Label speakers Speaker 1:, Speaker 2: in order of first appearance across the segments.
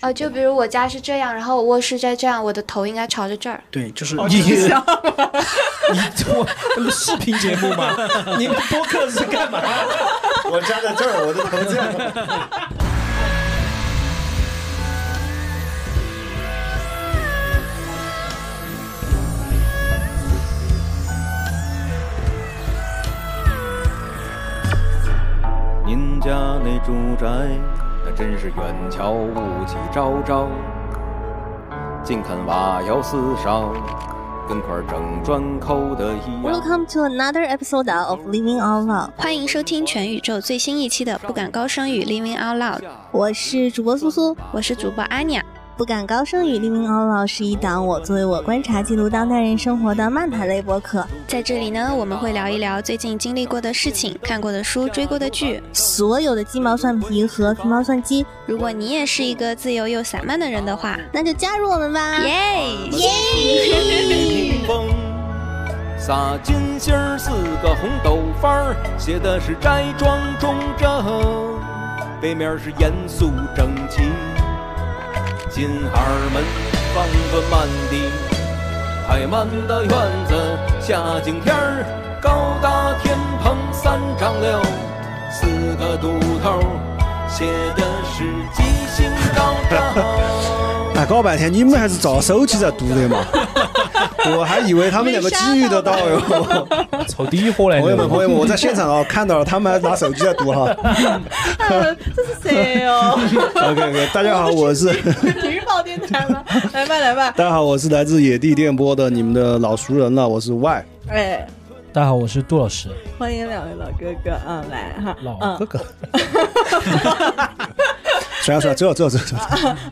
Speaker 1: 呃，就比如我家是这样，然后我卧室在这样，我的头应该朝着这儿。
Speaker 2: 对，就是
Speaker 3: 哦
Speaker 2: 你你我视频节目嘛，你们播客是干嘛？
Speaker 3: 我站在这儿，我的头这样。
Speaker 4: 您家那住宅，那真是远瞧雾气昭昭，近看瓦窑四少，跟块整砖抠的一样。
Speaker 5: Welcome to another episode of Living Out Loud，
Speaker 1: 欢迎收听全宇宙最新一期的《不敢高声语 Living Out Loud》，
Speaker 5: 我是主播苏苏。
Speaker 1: 我是主播阿尼亚。
Speaker 5: 不敢高声语 Living Out Loud 是一档我作为我观察记录当代人生活的漫谈类播客，
Speaker 1: 在这里呢，我们会聊一聊最近经历过的事情、看过的书、追过的剧。
Speaker 5: 所有的鸡毛蒜皮和皮毛蒜鸡，
Speaker 1: 如果你也是一个自由又散漫的人的话，
Speaker 5: 那就加入我们吧。
Speaker 1: 耶、
Speaker 4: 迎风，撒金星儿四个红豆瓣儿，写的是斋庄中正，背面是严肃整齐。金孩儿们放个慢的，开满的院子下景天儿，高大天棚三丈六，四个独头儿写的是吉星高照。
Speaker 3: 哎，搞半天，你们还是照手机在读的 嘛？我还以为他们两个机遇得到哟。
Speaker 2: 草地火来
Speaker 3: 朋友们，朋友们，我在现场啊看到了，他们还拿手机在读 哈。
Speaker 6: 呃这是谁 哦？
Speaker 3: OK OK，大家好，我是
Speaker 6: 体育报电台
Speaker 3: 。
Speaker 6: 吗？来吧，来吧
Speaker 3: 大家好，我是来自野地电波的你们的老熟人了，我是 Y。
Speaker 6: 哎，
Speaker 2: 大家好，我是杜老师，
Speaker 6: 欢迎两位老哥哥，嗯，来哈，
Speaker 2: 老哥哥。
Speaker 3: 算了算了，走走走走。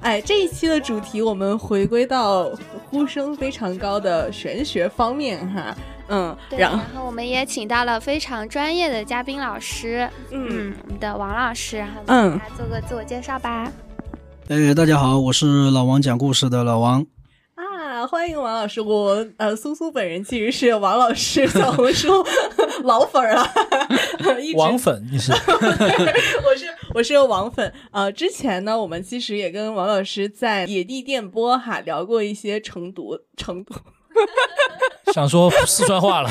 Speaker 6: 哎，这一期的主题我们回归到呼声非常高的玄学方面哈，嗯，
Speaker 1: 对，
Speaker 6: 然
Speaker 1: 然
Speaker 6: 后
Speaker 1: 后我们也请到了非常专业的嘉宾老师，
Speaker 6: 嗯
Speaker 1: 嗯，我们的王老师，然后
Speaker 6: 嗯
Speaker 1: 给大家做个自我介绍吧。
Speaker 7: 哎，大家好，我是老王讲故事的老王。
Speaker 6: 啊，欢迎王老师，我呃苏苏本人其实是王老师小红书老粉儿了， 一直
Speaker 2: 王粉，你是
Speaker 6: 我是我是个王粉，呃，之前呢，我们其实也跟王老师在野地电波哈聊过一些成都成都
Speaker 2: 想说四川 话了？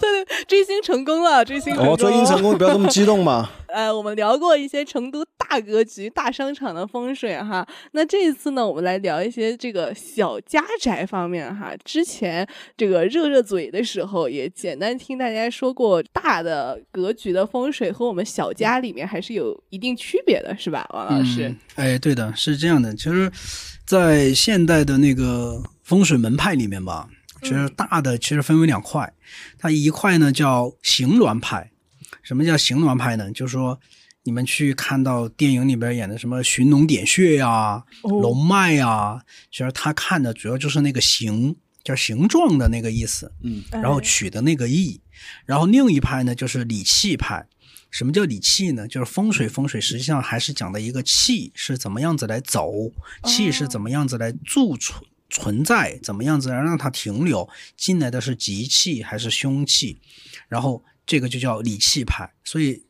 Speaker 6: 对对， 追星成功了，追星成功
Speaker 3: 哦，
Speaker 6: 了。
Speaker 3: 追星成功，不要这么激动 嘛。
Speaker 6: 呃，我们聊过一些成都大格局、大商场的风水哈。那这一次呢，我们来聊一些这个小家宅方面哈。之前这个热热嘴的时候，也简单听大家说过，大的格局的风水和我们小家里面还是有一定区别啊的，是吧，王老师？
Speaker 7: 嗯，哎，对的，是这样的。其实，在现代的那个风水门派里面吧，其实大的其实分为两块，它一块呢叫形峦派。什么叫形峦派呢？就是说你们去看到电影里边演的什么寻龙点穴呀、嗯
Speaker 6: 哦
Speaker 7: 龙脉呀、其实他看的主要就是那个形，叫形状的那个意思。然后取的那个意。然后另一派呢，就是理气派。什么叫理气呢？就是风水，风水实际上还是讲的一个气是怎么样子来走，气是怎么样子来驻存存在，怎么样子来让它停留，进来的是吉气还是凶气，然后这个就叫理气派。所以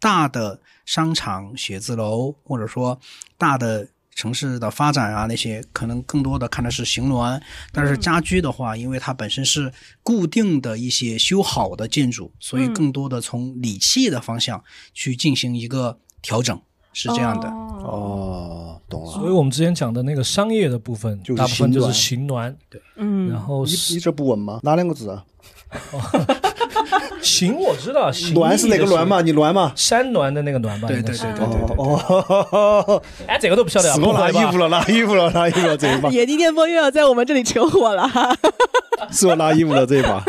Speaker 7: 大的商场、写字楼，或者说大的城市的发展啊，那些可能更多的看的是形峦，
Speaker 6: 嗯
Speaker 7: 但是家居的话，因为它本身是固定的一些修好的建筑，所以
Speaker 6: 嗯
Speaker 7: 更多的从理气的方向去进行一个调整，是这样的。
Speaker 6: 哦，
Speaker 3: 哦，懂了。
Speaker 2: 所以我们之前讲的那个商业的部分，
Speaker 3: 就是
Speaker 2: 大部分就是
Speaker 3: 形
Speaker 2: 形峦，
Speaker 6: 嗯，
Speaker 2: 然后
Speaker 3: 你
Speaker 2: 是
Speaker 3: 你这不稳吗？哪两个字啊？
Speaker 2: 形我知道，形
Speaker 3: 峦是哪个峦嘛？？你峦嘛？
Speaker 2: 山峦的那个峦吧？
Speaker 7: 对
Speaker 2: 应该是
Speaker 7: 对
Speaker 3: 哦
Speaker 7: 对对
Speaker 3: 哦，
Speaker 2: 哎，这个都不晓得啊，
Speaker 3: 死
Speaker 2: 不
Speaker 3: 我拿
Speaker 2: 会吧
Speaker 3: 衣服了，拿衣服了，拿衣服了，这一把
Speaker 6: 野地电波又要在我们这里扯火了哈。
Speaker 3: 是我拿衣服了，这一 把。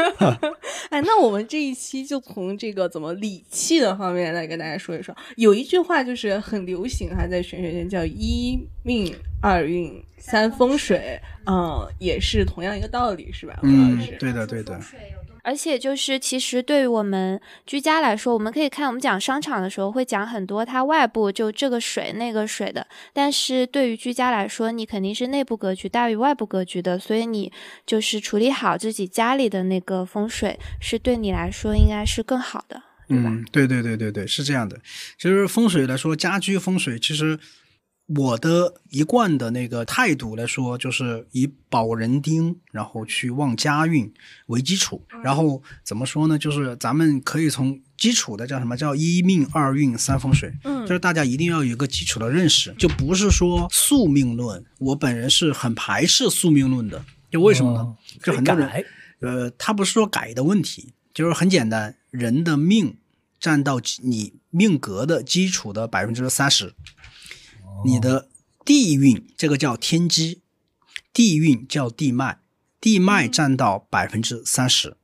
Speaker 6: 哎，那我们这一期就从这个怎么理气的方面来跟大家说一说。有一句话就是很流行哈，在玄学界叫一命二运三风水，嗯，也是同样一个道理，是吧？王老
Speaker 7: 嗯
Speaker 6: 师，
Speaker 7: 对的对的，
Speaker 1: 而且就是，其实对于我们居家来说，我们可以看我们讲商场的时候会讲很多它外部就这个水那个水的，但是对于居家来说，你肯定是内部格局大于外部格局的，所以你就是处理好自己家里的那个风水，是对你来说应该是更好的。
Speaker 7: 嗯，对对对对对，是这样的。其实风水来说，家居风水其实我的一贯的那个态度来说，就是以保人丁，然后去旺家运为基础。然后怎么说呢？就是咱们可以从基础的叫什么叫一命二运三风水，
Speaker 6: 嗯
Speaker 7: 就是大家一定要有一个基础的认识，就不是说宿命论。我本人是很排斥宿命论的，就为什么呢？
Speaker 2: 哦
Speaker 7: 就很多人
Speaker 2: 改
Speaker 7: 呃，他不是说改的问题，就是很简单，人的命占到基你命格的基础的百分之三十，你的地运这个叫天机，地运叫地脉，地脉占到百分之三十，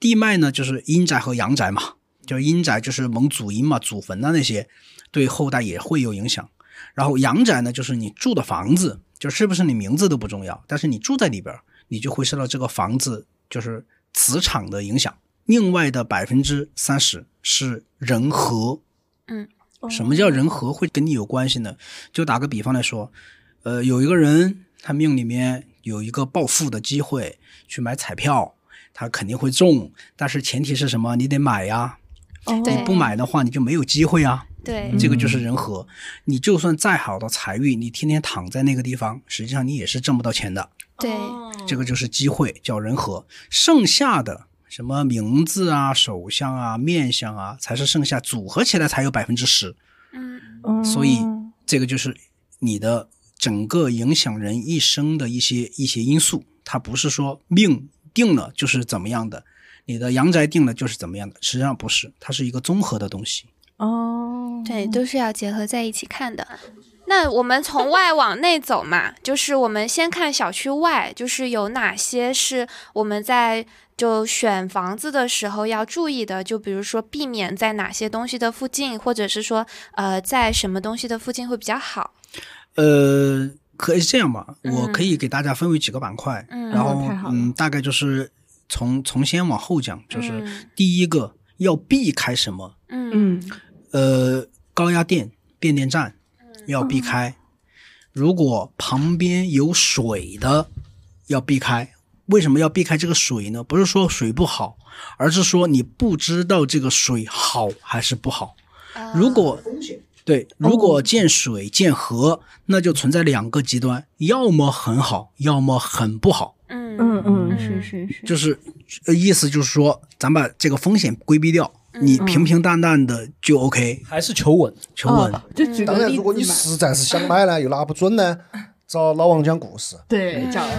Speaker 7: 地脉呢就是阴宅和阳宅嘛，就是阴宅就是蒙祖阴嘛，祖坟啊那些，对后代也会有影响。然后阳宅呢，就是你住的房子，就是不是你名字都不重要，但是你住在里边儿，你就会受到这个房子就是磁场的影响。另外的百分之三十是人和，什么叫人和会跟你有关系呢？就打个比方来说，呃，有一个人他命里面有一个暴富的机会，去买彩票，他肯定会中，但是前提是什么？你得买呀，
Speaker 6: 哦
Speaker 1: 对
Speaker 7: 你不买的话你就没有机会啊。
Speaker 1: 对，
Speaker 7: 这个就是人和。你就算再好的财运，你天天躺在那个地方，实际上你也是挣不到钱的。
Speaker 1: 对
Speaker 6: 哦嗯
Speaker 7: 这个就是机会，叫人和。剩下的什么名字啊、手相啊、面相啊，才是剩下组合起来才有百分之十。
Speaker 1: 嗯，
Speaker 6: 哦
Speaker 7: 所以这个就是你的整个影响人一生的一些一些因素，它不是说命定了就是怎么样的。你的阳宅定了就是怎么样的，实际上不是，它是一个综合的东西。
Speaker 6: 哦，
Speaker 1: 对，都是要结合在一起看的。那我们从外往内走嘛， 就是我们先看小区外，就是有哪些是我们在就选房子的时候要注意的，就比如说避免在哪些东西的附近，或者是说呃在什么东西的附近会比较好。
Speaker 7: 呃，可以这样吧，
Speaker 1: 嗯
Speaker 7: 我可以给大家分为几个板块，
Speaker 1: 嗯
Speaker 7: 然
Speaker 6: 哦
Speaker 7: 后
Speaker 6: 太好了
Speaker 7: 嗯，大概就是从从先往后讲，就是
Speaker 1: 嗯
Speaker 7: 第一个要避开什么，
Speaker 1: 嗯
Speaker 6: 嗯，
Speaker 7: 呃，高压电、变电站要避开，如果旁边有水的要避开。为什么要避开这个水呢？不是说水不好，而是说你不知道这个水好还是不好。
Speaker 1: 啊
Speaker 7: 如果对，如果见水见河，那就存在两个极端，要么很好，要么很不好。
Speaker 1: 嗯
Speaker 6: 嗯嗯，
Speaker 1: 嗯
Speaker 6: 是是是，
Speaker 7: 就是呃意思就是说，咱把这个风险规避掉，
Speaker 6: 嗯
Speaker 7: 你平平淡淡的就 OK，
Speaker 2: 还是求稳，
Speaker 7: 求稳。
Speaker 6: 哦就举
Speaker 8: 当
Speaker 6: 个
Speaker 8: 然，
Speaker 6: 例
Speaker 8: 如果你
Speaker 6: 子嘛，
Speaker 8: 实在是想买呢，又拿不准呢，找老王讲啊故事。
Speaker 6: 对，找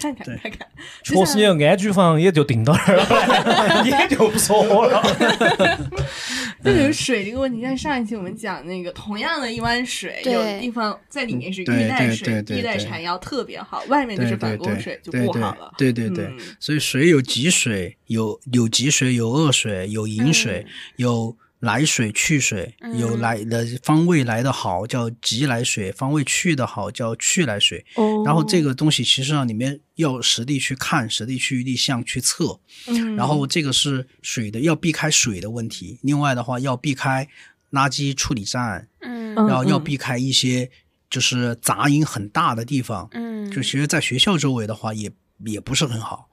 Speaker 6: 看看看看，
Speaker 2: 确实有安全房也就定到那 儿了，也就不错了。
Speaker 6: 就
Speaker 7: 嗯
Speaker 6: 比如水这个问题，像上一期我们讲那个，同样的一湾水，
Speaker 1: 对
Speaker 6: 有的地方在里面是
Speaker 7: 嗯对
Speaker 6: 玉带
Speaker 7: 对
Speaker 6: 水
Speaker 7: 对、对
Speaker 6: 玉带
Speaker 7: 对
Speaker 6: 产要特别好，外面就是反光水就
Speaker 7: 对
Speaker 6: 不好了。
Speaker 7: 对对对对
Speaker 6: 嗯，
Speaker 7: 所以水有集水，有有集水，有恶水，有
Speaker 6: 嗯
Speaker 7: 引水，有来水去水，有来
Speaker 6: 嗯
Speaker 7: 的方位来的好叫集来水，方位去的好叫去来水。
Speaker 6: 哦
Speaker 7: 然后这个东西其实上里面要实地去看，实地去立项去测，
Speaker 6: 嗯
Speaker 7: 然后这个是水的要避开水的问题，另外的话要避开垃圾处理站，
Speaker 1: 嗯
Speaker 6: 嗯
Speaker 7: 然后要避开一些就是杂音很大的地方，
Speaker 1: 嗯，
Speaker 7: 就其实在学校周围的话也也不是很好，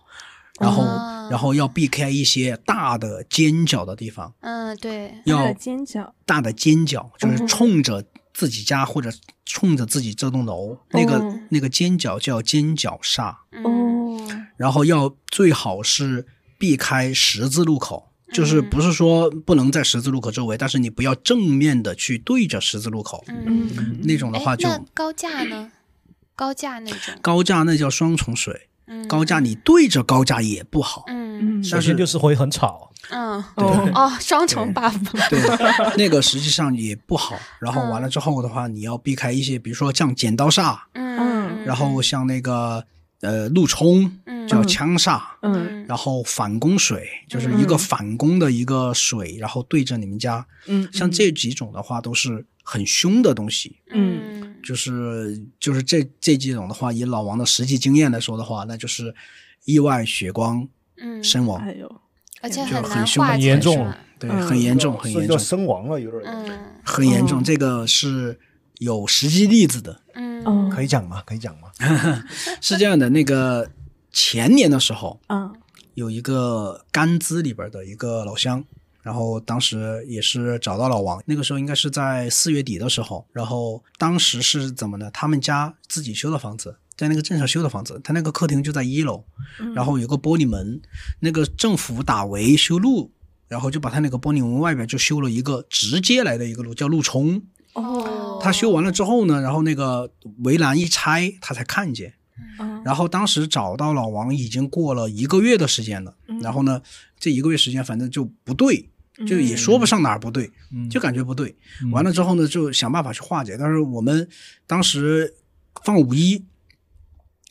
Speaker 7: 然后
Speaker 1: 哦
Speaker 7: 然后要避开一些大的尖角的地方，
Speaker 1: 嗯对，
Speaker 6: 它的
Speaker 7: 要
Speaker 6: 尖角，
Speaker 7: 大的尖角，就
Speaker 6: 嗯
Speaker 7: 是冲着自己家或者冲着自己这栋楼那个
Speaker 6: 嗯
Speaker 7: 那个尖角叫尖角煞。
Speaker 1: 嗯
Speaker 6: 哦，
Speaker 7: 然后要最好是避开十字路口，就是
Speaker 1: 嗯
Speaker 7: 不是说不能在十字路口周围，但是你不要正面的去对着十字路口，
Speaker 1: 嗯，
Speaker 6: 嗯，
Speaker 7: 那种的
Speaker 1: 哎
Speaker 7: 话就
Speaker 1: 那高架呢？高架那种
Speaker 7: 高架那叫双重水，
Speaker 1: 嗯
Speaker 7: 高架你对着高架也不好，
Speaker 1: 嗯
Speaker 6: 嗯，
Speaker 2: 首先就是会很吵，
Speaker 1: 嗯
Speaker 6: 哦
Speaker 1: 哦双重 buff
Speaker 7: 对， 那个实际上也不好。然后完了之后的话，你要避开一些，比如说像剪刀煞，
Speaker 1: 嗯，
Speaker 7: 然后像那个呃路冲
Speaker 1: 嗯嗯
Speaker 7: 叫枪煞，
Speaker 6: 嗯
Speaker 7: 然后反攻水就是一个反攻的一个水，然后对着你们家。
Speaker 6: 嗯，
Speaker 7: 像这几种的话都是很凶的东西，
Speaker 1: 嗯
Speaker 7: 就是就是这这几种的话，以老王的实际经验来说的话，那就是意外血光
Speaker 1: 嗯，
Speaker 7: 身亡，
Speaker 6: 还有
Speaker 1: 而且
Speaker 7: 就
Speaker 1: 很
Speaker 7: 很
Speaker 1: 难
Speaker 7: 凶
Speaker 1: 化
Speaker 7: 很
Speaker 1: 解
Speaker 2: 严
Speaker 1: 是
Speaker 2: 重
Speaker 1: 吧
Speaker 7: 对，
Speaker 6: 哎嗯
Speaker 7: 很严重，很
Speaker 8: 所以
Speaker 7: 严
Speaker 8: 叫
Speaker 7: 重，
Speaker 8: 身亡了，有点儿。
Speaker 1: 嗯
Speaker 7: 很严重。
Speaker 6: 哦
Speaker 7: 这个是有实际例子的，
Speaker 1: 嗯
Speaker 6: 哦
Speaker 8: 可以讲吗？可以讲吗？
Speaker 6: 嗯
Speaker 7: 是这样的，那个前年的时候
Speaker 6: 嗯
Speaker 7: 有一个甘孜里边的一个老乡。然后当时也是找到老王，那个时候应该是在四月底的时候，然后当时是怎么呢？他们家自己修的房子，在那个镇上修的房子，他那个客厅就在一楼，然后有个玻璃门，那个政府打围修路，然后就把他那个玻璃门外边就修了一个直接来的一个路，叫路冲。
Speaker 6: 哦，
Speaker 7: 他修完了之后呢，然后那个围栏一拆，他才看见。然后当时找到老王已经过了一个月的时间了，然后呢，这一个月时间反正就不对，就也说不上哪儿不对，
Speaker 2: 嗯
Speaker 3: 嗯
Speaker 7: 就感觉不对。完了之后呢，就想办法去化解。但是我们当时放五一，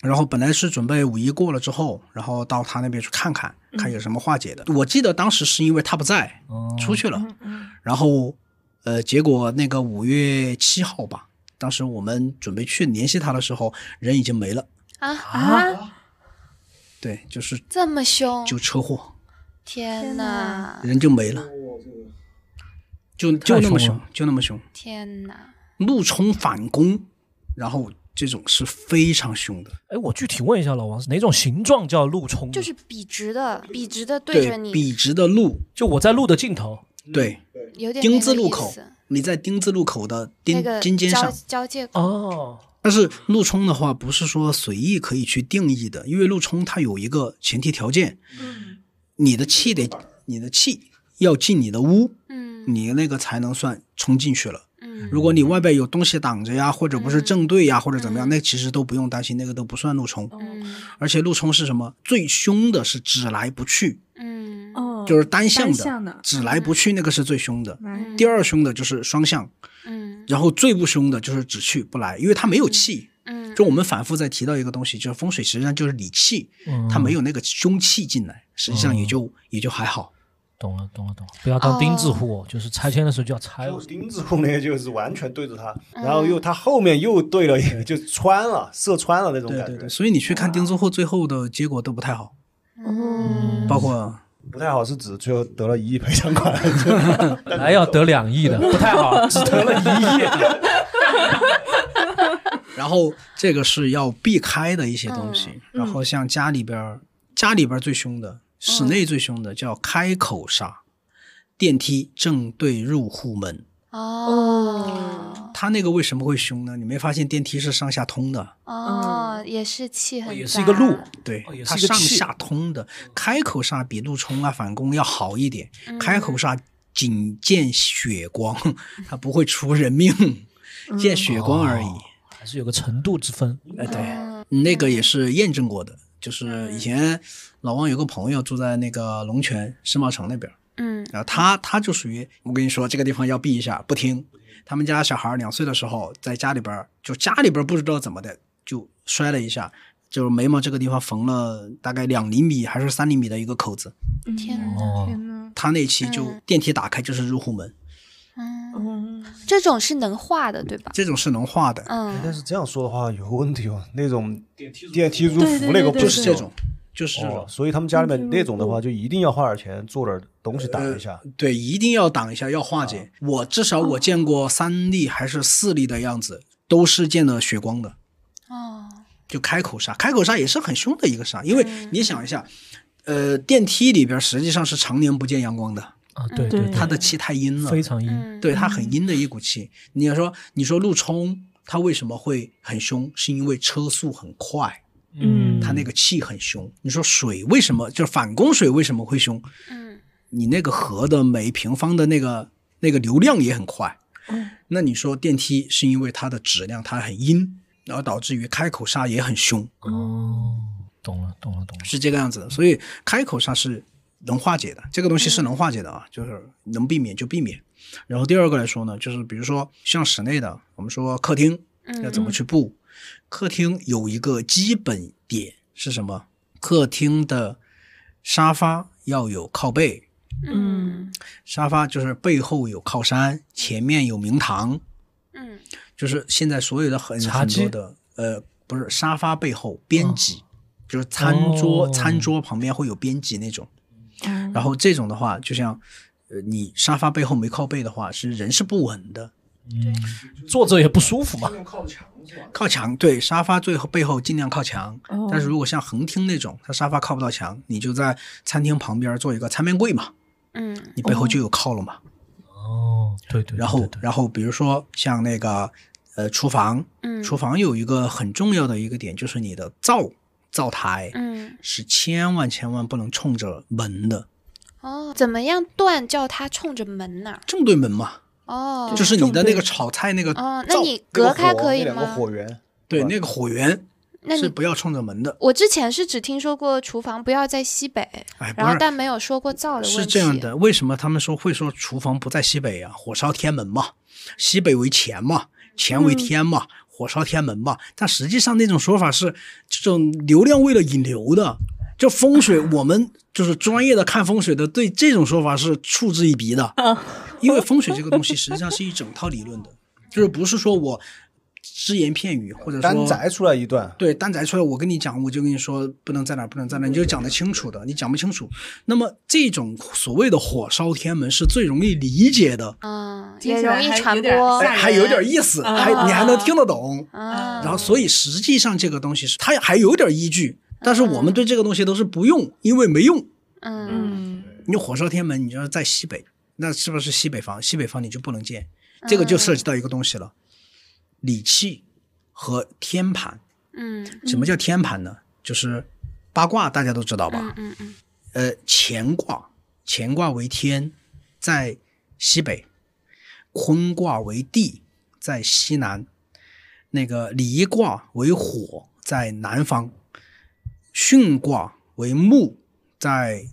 Speaker 7: 然后本来是准备五一过了之后，然后到他那边去看看，看有什么化解的。我记得当时是因为他不在，出去
Speaker 1: 嗯
Speaker 7: 了，然后呃，结果那个五月七号吧，当时我们准备去联系他的时候，人已经没了。
Speaker 1: 啊啊，
Speaker 7: 对，就是
Speaker 1: 这么凶！
Speaker 7: 就车祸，
Speaker 1: 天呐，
Speaker 7: 人就没了，就就那么
Speaker 2: 太凶
Speaker 7: 凶
Speaker 2: 了，
Speaker 7: 就那么凶，
Speaker 1: 天呐，
Speaker 7: 怒冲反攻，然后这种是非常凶的，
Speaker 2: 哎，我具体问一下老王，是哪种形状叫路冲呢？
Speaker 1: 就是笔直的，笔直的对
Speaker 7: 嗯对
Speaker 1: 着，你，
Speaker 7: 笔直的路，
Speaker 2: 就我在路的尽头，
Speaker 7: 对，
Speaker 1: 有点
Speaker 7: 丁
Speaker 1: 那
Speaker 7: 字
Speaker 1: 个
Speaker 7: 路
Speaker 1: 意
Speaker 7: 口
Speaker 1: 思，
Speaker 7: 你在丁字路口
Speaker 1: 那
Speaker 7: 的丁
Speaker 1: 个
Speaker 7: 尖尖
Speaker 1: 交
Speaker 7: 上，
Speaker 1: 交界口，
Speaker 2: 哦，
Speaker 7: 但是路冲的话，不是说随意可以去定义的，因为路冲它有一个前提条件，
Speaker 6: 嗯
Speaker 7: 你的气得，你的气要进你的屋，
Speaker 1: 嗯
Speaker 7: 你那个才能算冲进去了。
Speaker 1: 嗯，
Speaker 7: 如果你外边有东西挡着
Speaker 6: 嗯
Speaker 7: 呀，或者不是正对呀，或者怎么
Speaker 1: 嗯
Speaker 7: 样，那其实都不用担心，那个都不算路冲。
Speaker 6: 哦
Speaker 1: 嗯
Speaker 7: 而且路冲是什么？最凶的是只来不去，
Speaker 1: 嗯
Speaker 6: 哦，
Speaker 7: 就是单向
Speaker 6: 单向的
Speaker 7: 的，只来不去那个是最凶的。
Speaker 6: 嗯
Speaker 7: 第二凶的就是双向，
Speaker 1: 嗯
Speaker 7: 然后最不凶的就是只去不来，因为它没有气。
Speaker 1: 嗯，
Speaker 7: 就我们反复在提到一个东西，就是风水实际上就是理气，它没
Speaker 2: 有
Speaker 7: 有那个凶气进来，实际上也就也就还好。
Speaker 2: 懂了，懂了，懂了，不要当钉子户，哦就是拆迁的时候就要拆。
Speaker 8: 就丁字裤那个就是完全对着他，
Speaker 6: 嗯
Speaker 8: 然后又他后面又对了一个，就穿了射穿了那种
Speaker 7: 对
Speaker 8: 感
Speaker 7: 对
Speaker 8: 觉
Speaker 7: 对，，所以你去看丁字户最后的结果都不太好，
Speaker 2: 嗯
Speaker 7: 包括
Speaker 8: 不太好，是指最后得了一亿赔偿 款，
Speaker 2: 还要得两亿的，不太好，只得了一亿。
Speaker 7: 然后这个是要避开的一些东西。然后像家里边儿，家里边儿最凶的，室内最凶的叫开口煞，电梯正对入户门。
Speaker 1: 哦
Speaker 7: 它那个为什么会凶呢？你没发现电梯是上下通的？
Speaker 1: 哦，也是气很，
Speaker 2: 也是一个路，
Speaker 7: 对
Speaker 2: 哦也，是
Speaker 7: 它
Speaker 2: 一个
Speaker 7: 上
Speaker 2: 气
Speaker 7: 下通的。开口煞比路冲啊、反攻要好一点。开口煞仅见血光，它不会出人命，见血光而已。
Speaker 2: 哦还是有个程度之分。
Speaker 7: 哎，对，那个也是验证过的。就是以前老王有个朋友住在那个龙泉世贸城那边儿，
Speaker 1: 嗯
Speaker 7: 然后他他就属于我跟你说这个地方要避一下，不听。他们家小孩儿两岁的时候，在家里边儿就家里边儿不知道怎么的就摔了一下，就是眉毛这个地方缝了大概两厘米还是三厘米的一个口子。
Speaker 1: 天呐，
Speaker 2: 哦，
Speaker 6: 天呐，
Speaker 7: 他那期就
Speaker 1: 嗯
Speaker 7: 电梯打开就是入户门，
Speaker 1: 嗯，这种是能画的对吧？
Speaker 7: 这种是能化的，
Speaker 1: 嗯
Speaker 8: 但是这样说的话有问题哦，那种电梯入
Speaker 6: 对对
Speaker 8: 伏那个不
Speaker 6: 对嗯
Speaker 7: 就是
Speaker 8: 行
Speaker 7: 这种，就是这
Speaker 8: 哦
Speaker 7: 种，，
Speaker 8: 所以他们家里面那种的话，就一定要花点钱做点东西挡一下。
Speaker 7: 对，一定要挡一下，要化解。我至少我见过三例还是四例的样子，都是见了血光的，
Speaker 1: 哦，
Speaker 7: 就开口煞。开口煞也是很凶的一个煞，因为你想一下，呃，电梯里边实际上是常年不见阳光的，
Speaker 2: 啊，对
Speaker 6: 对
Speaker 2: 对，
Speaker 7: 它的气太阴了，
Speaker 2: 非常阴。
Speaker 1: 嗯
Speaker 7: 对，它很阴的一股气。你要说，你说路冲。它为什么会很凶？是因为车速很快，
Speaker 6: 嗯
Speaker 7: 它那个气很凶。你说水为什么就是反攻水为什么会凶？
Speaker 1: 嗯
Speaker 7: 你那个河的每平方的那个那个流量也很快。那你说电梯是因为它的质量它很阴，然后导致于开口煞也很凶，
Speaker 1: 嗯
Speaker 2: 哦，懂了，懂了，懂了。
Speaker 7: 是这个样子的。所以开口煞是能化解的，这个东
Speaker 2: 嗯
Speaker 7: 西是能化解的啊，就是能避免就避免。然后第二个来说呢，就是比如说像室内的，我们说客厅
Speaker 1: 嗯
Speaker 7: 要
Speaker 2: 嗯
Speaker 7: 怎么去布，客厅有一个基本点是什么？客厅的沙发要有靠背，
Speaker 1: 嗯
Speaker 7: 沙发就是背后有靠山，前面有明堂，
Speaker 1: 嗯
Speaker 7: 就是现在所有的很
Speaker 2: 茶
Speaker 7: 很
Speaker 2: 几
Speaker 7: 多的呃不是沙发背后边脊，就是餐桌、
Speaker 2: 哦
Speaker 7: 餐桌旁边会有边脊那种。
Speaker 1: 嗯
Speaker 7: 然后这种的话，就像呃你沙发背后没靠背的话，是人是不稳的。
Speaker 2: 坐着也不舒服嘛。
Speaker 7: 靠墙对沙发最后背后尽量靠墙，
Speaker 1: 哦
Speaker 7: 但是如果像横厅那种，它沙发靠不到墙，你就在餐厅旁边做一个餐面柜嘛，
Speaker 1: 嗯
Speaker 7: 你背后就有靠了嘛。
Speaker 2: 哦，对对对
Speaker 7: 然后
Speaker 2: 对对
Speaker 7: 然后比如说像那个呃厨房，
Speaker 1: 嗯
Speaker 7: 厨房有一个很重要的一个点就是你的灶灶台
Speaker 1: 嗯
Speaker 7: 是千万千万不能冲着门的，
Speaker 1: 哦，怎么样断叫它冲着门呐、
Speaker 7: 正对门嘛，
Speaker 1: 哦
Speaker 7: 就是你的那个炒菜那个
Speaker 1: 哦，那
Speaker 7: 灶，
Speaker 1: 你
Speaker 8: 那个
Speaker 1: 隔开
Speaker 8: 火
Speaker 1: 可以
Speaker 8: 那两个
Speaker 1: 吗？
Speaker 8: 火源，
Speaker 7: 对那个火源
Speaker 1: 那
Speaker 7: 是
Speaker 1: 你
Speaker 7: 不要冲着门的，
Speaker 1: 我之前是只听说过厨房不要在西北，
Speaker 7: 哎，不
Speaker 1: 然后
Speaker 7: 是。
Speaker 1: 但没有说过灶的问题。
Speaker 7: 是这样，的，为什么他们说会说厨房不在西北啊？火烧天门嘛，西北为乾嘛，乾
Speaker 1: 嗯
Speaker 7: 为天嘛，火烧天门嘛。但实际上那种说法是这种流量为了引流的，就 风水我们就是专业的看风水的，对这种说法是嗤之以鼻的，
Speaker 1: 啊
Speaker 7: 因为风水这个东西实际上是一整套理论的，就是不是说我只言片语或者
Speaker 8: 单
Speaker 7: 说嗯
Speaker 8: 摘出来一段，
Speaker 7: 对，单摘出来，我跟你讲，我就跟你说不能在哪儿，不能在哪儿，你就讲得清楚的，你讲不清楚。那么这种所谓的火烧天门是最容易理解的，
Speaker 1: 嗯，
Speaker 6: 听
Speaker 1: 也
Speaker 6: 起来
Speaker 1: 容易
Speaker 6: 还有
Speaker 1: 传
Speaker 6: 点
Speaker 1: 播
Speaker 6: 吓。
Speaker 7: 哎，还有点意思，还你还能听得懂。
Speaker 1: 啊
Speaker 7: 然后，所以实际上这个东西是它还有点依据，但是我们对这个东西都是不用，因为没用。
Speaker 1: 嗯
Speaker 6: 嗯，
Speaker 7: 你火烧天门，你就是在西北，那是不是西北方？西北方你就不能建，这个就涉及到一个东西了，理气和天盘。
Speaker 1: 嗯
Speaker 7: 什么叫天盘呢？就是八卦，大家都知道吧？
Speaker 1: 嗯嗯嗯
Speaker 7: 呃，乾卦，乾卦为天，在西北；坤卦为地，在西南；那个离卦为火，在南方；巽卦为木，在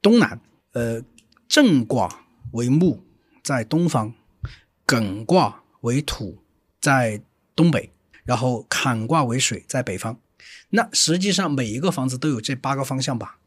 Speaker 7: 东南；呃，震卦为木，在东方；艮卦为土，在东北；然后坎卦为水，在北方。那实际上每一个房子都有这八个方向吧，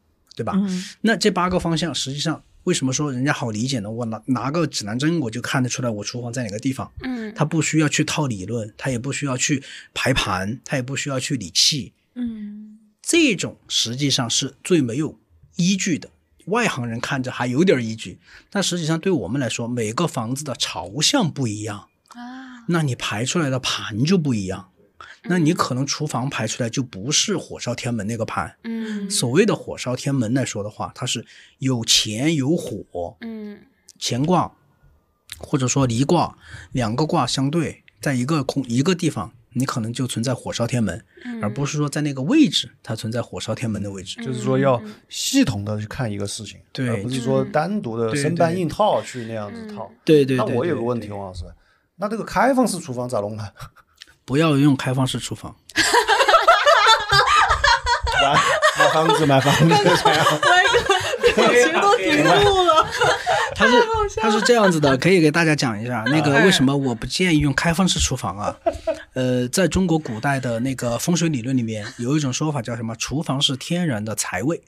Speaker 6: 嗯
Speaker 7: 对吧？那这八个方向实际上为什么说人家好理解呢？我拿拿个指南针我就看得出来我厨房在哪个地方，
Speaker 1: 嗯
Speaker 7: 它不需要去套理论，它也不需要去排盘，它也不需要去理气，
Speaker 6: 嗯，
Speaker 7: 这种实际上是最没有依据的。外行人看着还有点依据，但实际上对我们来说，每个房子的朝向不一样，
Speaker 1: 啊
Speaker 7: 那你排出来的盘就不一样。那你可能厨房排出来就不是火烧天门那个盘，
Speaker 1: 嗯
Speaker 7: 所谓的火烧天门来说的话，它是有钱有火，
Speaker 1: 嗯
Speaker 7: 乾卦或者说离卦两个卦相对，在一个空一个地方，你可能就存在火烧天门，
Speaker 1: 嗯，
Speaker 7: 而不是说在那个位置它存在火烧天门的位置。
Speaker 8: 就是说
Speaker 1: 嗯
Speaker 8: 要系统的去看一个事情，
Speaker 7: 嗯对
Speaker 8: 而不是说单独的
Speaker 7: 对
Speaker 8: 生搬硬套去那样
Speaker 1: 嗯
Speaker 8: 子套。
Speaker 7: 对对
Speaker 8: 那
Speaker 7: 对
Speaker 8: 我有个问题，
Speaker 7: 对
Speaker 8: 王老师，那这个开放式厨房咋弄呢？
Speaker 7: 不要用开放式厨房，
Speaker 8: 买房子，买房子，
Speaker 6: 表情都停住了，
Speaker 7: 它是它是这样子的，可以给大家讲一下那个为什么我不建议用开放式厨房啊？ 呃，在中国古代的那个风水理论里面，有一种说法叫什么？厨房是天然的财位。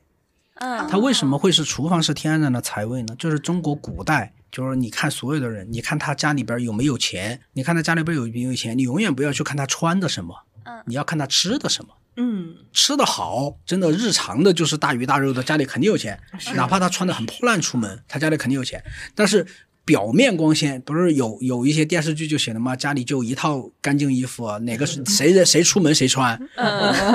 Speaker 1: 嗯
Speaker 7: 它为什么会是厨房是天然的财位呢？就是中国古代，就是你看所有的人，你看他家里边有没有钱，你看他家里边有没有钱，你永远不要去看他穿的什么，
Speaker 1: 嗯
Speaker 7: 你要看他吃的什么。
Speaker 6: 嗯，
Speaker 7: 吃的好，真的日常的就是大鱼大肉的，家里肯定有钱。哪怕他穿的很破烂出门，他家里肯定有钱。但是表面光鲜，不是有有一些电视剧就写的吗？家里就一套干净衣服，啊哪个是谁谁出门谁穿，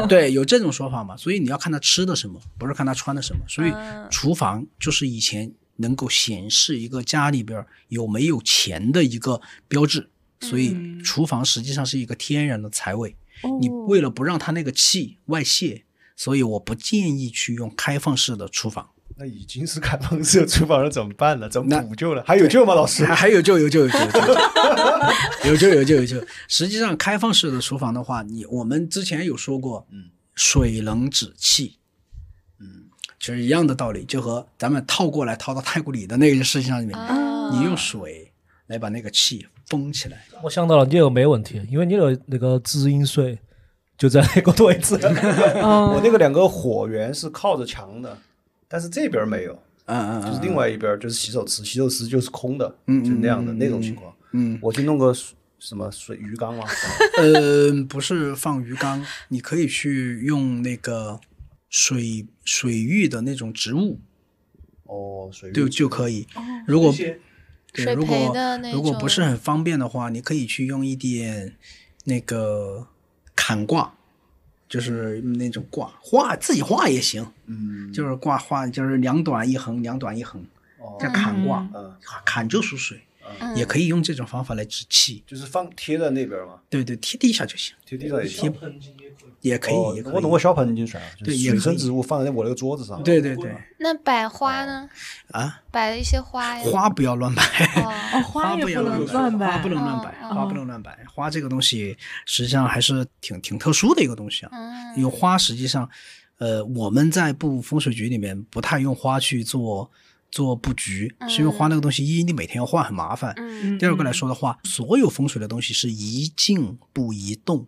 Speaker 7: 对，有这种说法嘛。所以你要看他吃的什么，不是看他穿的什么。所以厨房就是以前能够显示一个家里边有没有钱的一个标志。所以厨房实际上是一个天然的财位。你为了不让它那个气外泄，所以我不建议去用开放式的厨房。
Speaker 8: 那已经是开放式厨房了，怎么办呢？怎么
Speaker 7: 那
Speaker 8: 补救了？还有救吗，老师？
Speaker 7: 还还有救有救有救有救 有救有救有救！实际上，开放式的厨房的话，你我们之前有说过，
Speaker 8: 嗯，
Speaker 7: 水冷止气，嗯，其实一样的道理，就和咱们套过来套到太古里的那个事情上面，
Speaker 1: 啊
Speaker 7: 你用水来把那个气封起来。
Speaker 2: 我想到了，你那个没问题，因为你那个那个滋阴水就在那个位置。
Speaker 1: 哦
Speaker 8: 我那个两个火源是靠着墙的，但是这边没有，
Speaker 7: 嗯嗯
Speaker 8: 就是
Speaker 7: 嗯
Speaker 8: 另外一边就是洗手池，洗手池就是空的，
Speaker 7: 嗯
Speaker 8: 就是那样的
Speaker 7: 嗯
Speaker 8: 那种情况。
Speaker 7: 嗯，
Speaker 8: 我去弄个水什么水鱼缸 啊，
Speaker 7: 呃，不是放鱼缸，你可以去用那个水水域的那种植物，
Speaker 8: 哦，水
Speaker 7: 就
Speaker 8: 鱼
Speaker 7: 就可以。如果对，
Speaker 1: 哦水
Speaker 7: 如
Speaker 1: 培
Speaker 7: 果
Speaker 1: 的那
Speaker 7: 如果不是很方便的话，你可以去用一点那个坎卦，就是那种挂画，自己画也行。嗯，就是挂画，就是两短一横，两短一横，叫坎卦，
Speaker 8: 哦嗯，
Speaker 7: 坎就属水，
Speaker 1: 嗯
Speaker 7: 也可以用这种方法来止气。
Speaker 8: 就是放贴在那边嘛，
Speaker 7: 对对，贴地下就行，
Speaker 8: 贴地上也行。
Speaker 7: 也可以，
Speaker 8: 哦
Speaker 7: 也可以。
Speaker 8: 我懂，我小盆已经选了，就是
Speaker 7: 对也
Speaker 8: 水
Speaker 7: 可
Speaker 8: 生
Speaker 7: 以
Speaker 8: 植物放在我那个桌子上。
Speaker 7: 对对对
Speaker 1: 那
Speaker 7: 哦
Speaker 1: 摆花呢？
Speaker 7: 啊，
Speaker 1: 摆了一些花呀。
Speaker 7: 花不要乱摆。
Speaker 1: 哦
Speaker 6: 哦，花也
Speaker 7: 不要
Speaker 6: 能
Speaker 7: 乱
Speaker 6: 乱啊摆
Speaker 7: 花不，能乱摆，花不能乱摆。花这个东西实际上还是挺挺特殊的一个东西啊。
Speaker 1: 嗯
Speaker 7: 因为花实际上，呃，我们在布风水局里面不太用花去做做布局，是因为花那个东西，一你每天要换很麻烦。
Speaker 1: 嗯
Speaker 7: 第二个来说的话，所有风水的东西是宜静不宜动，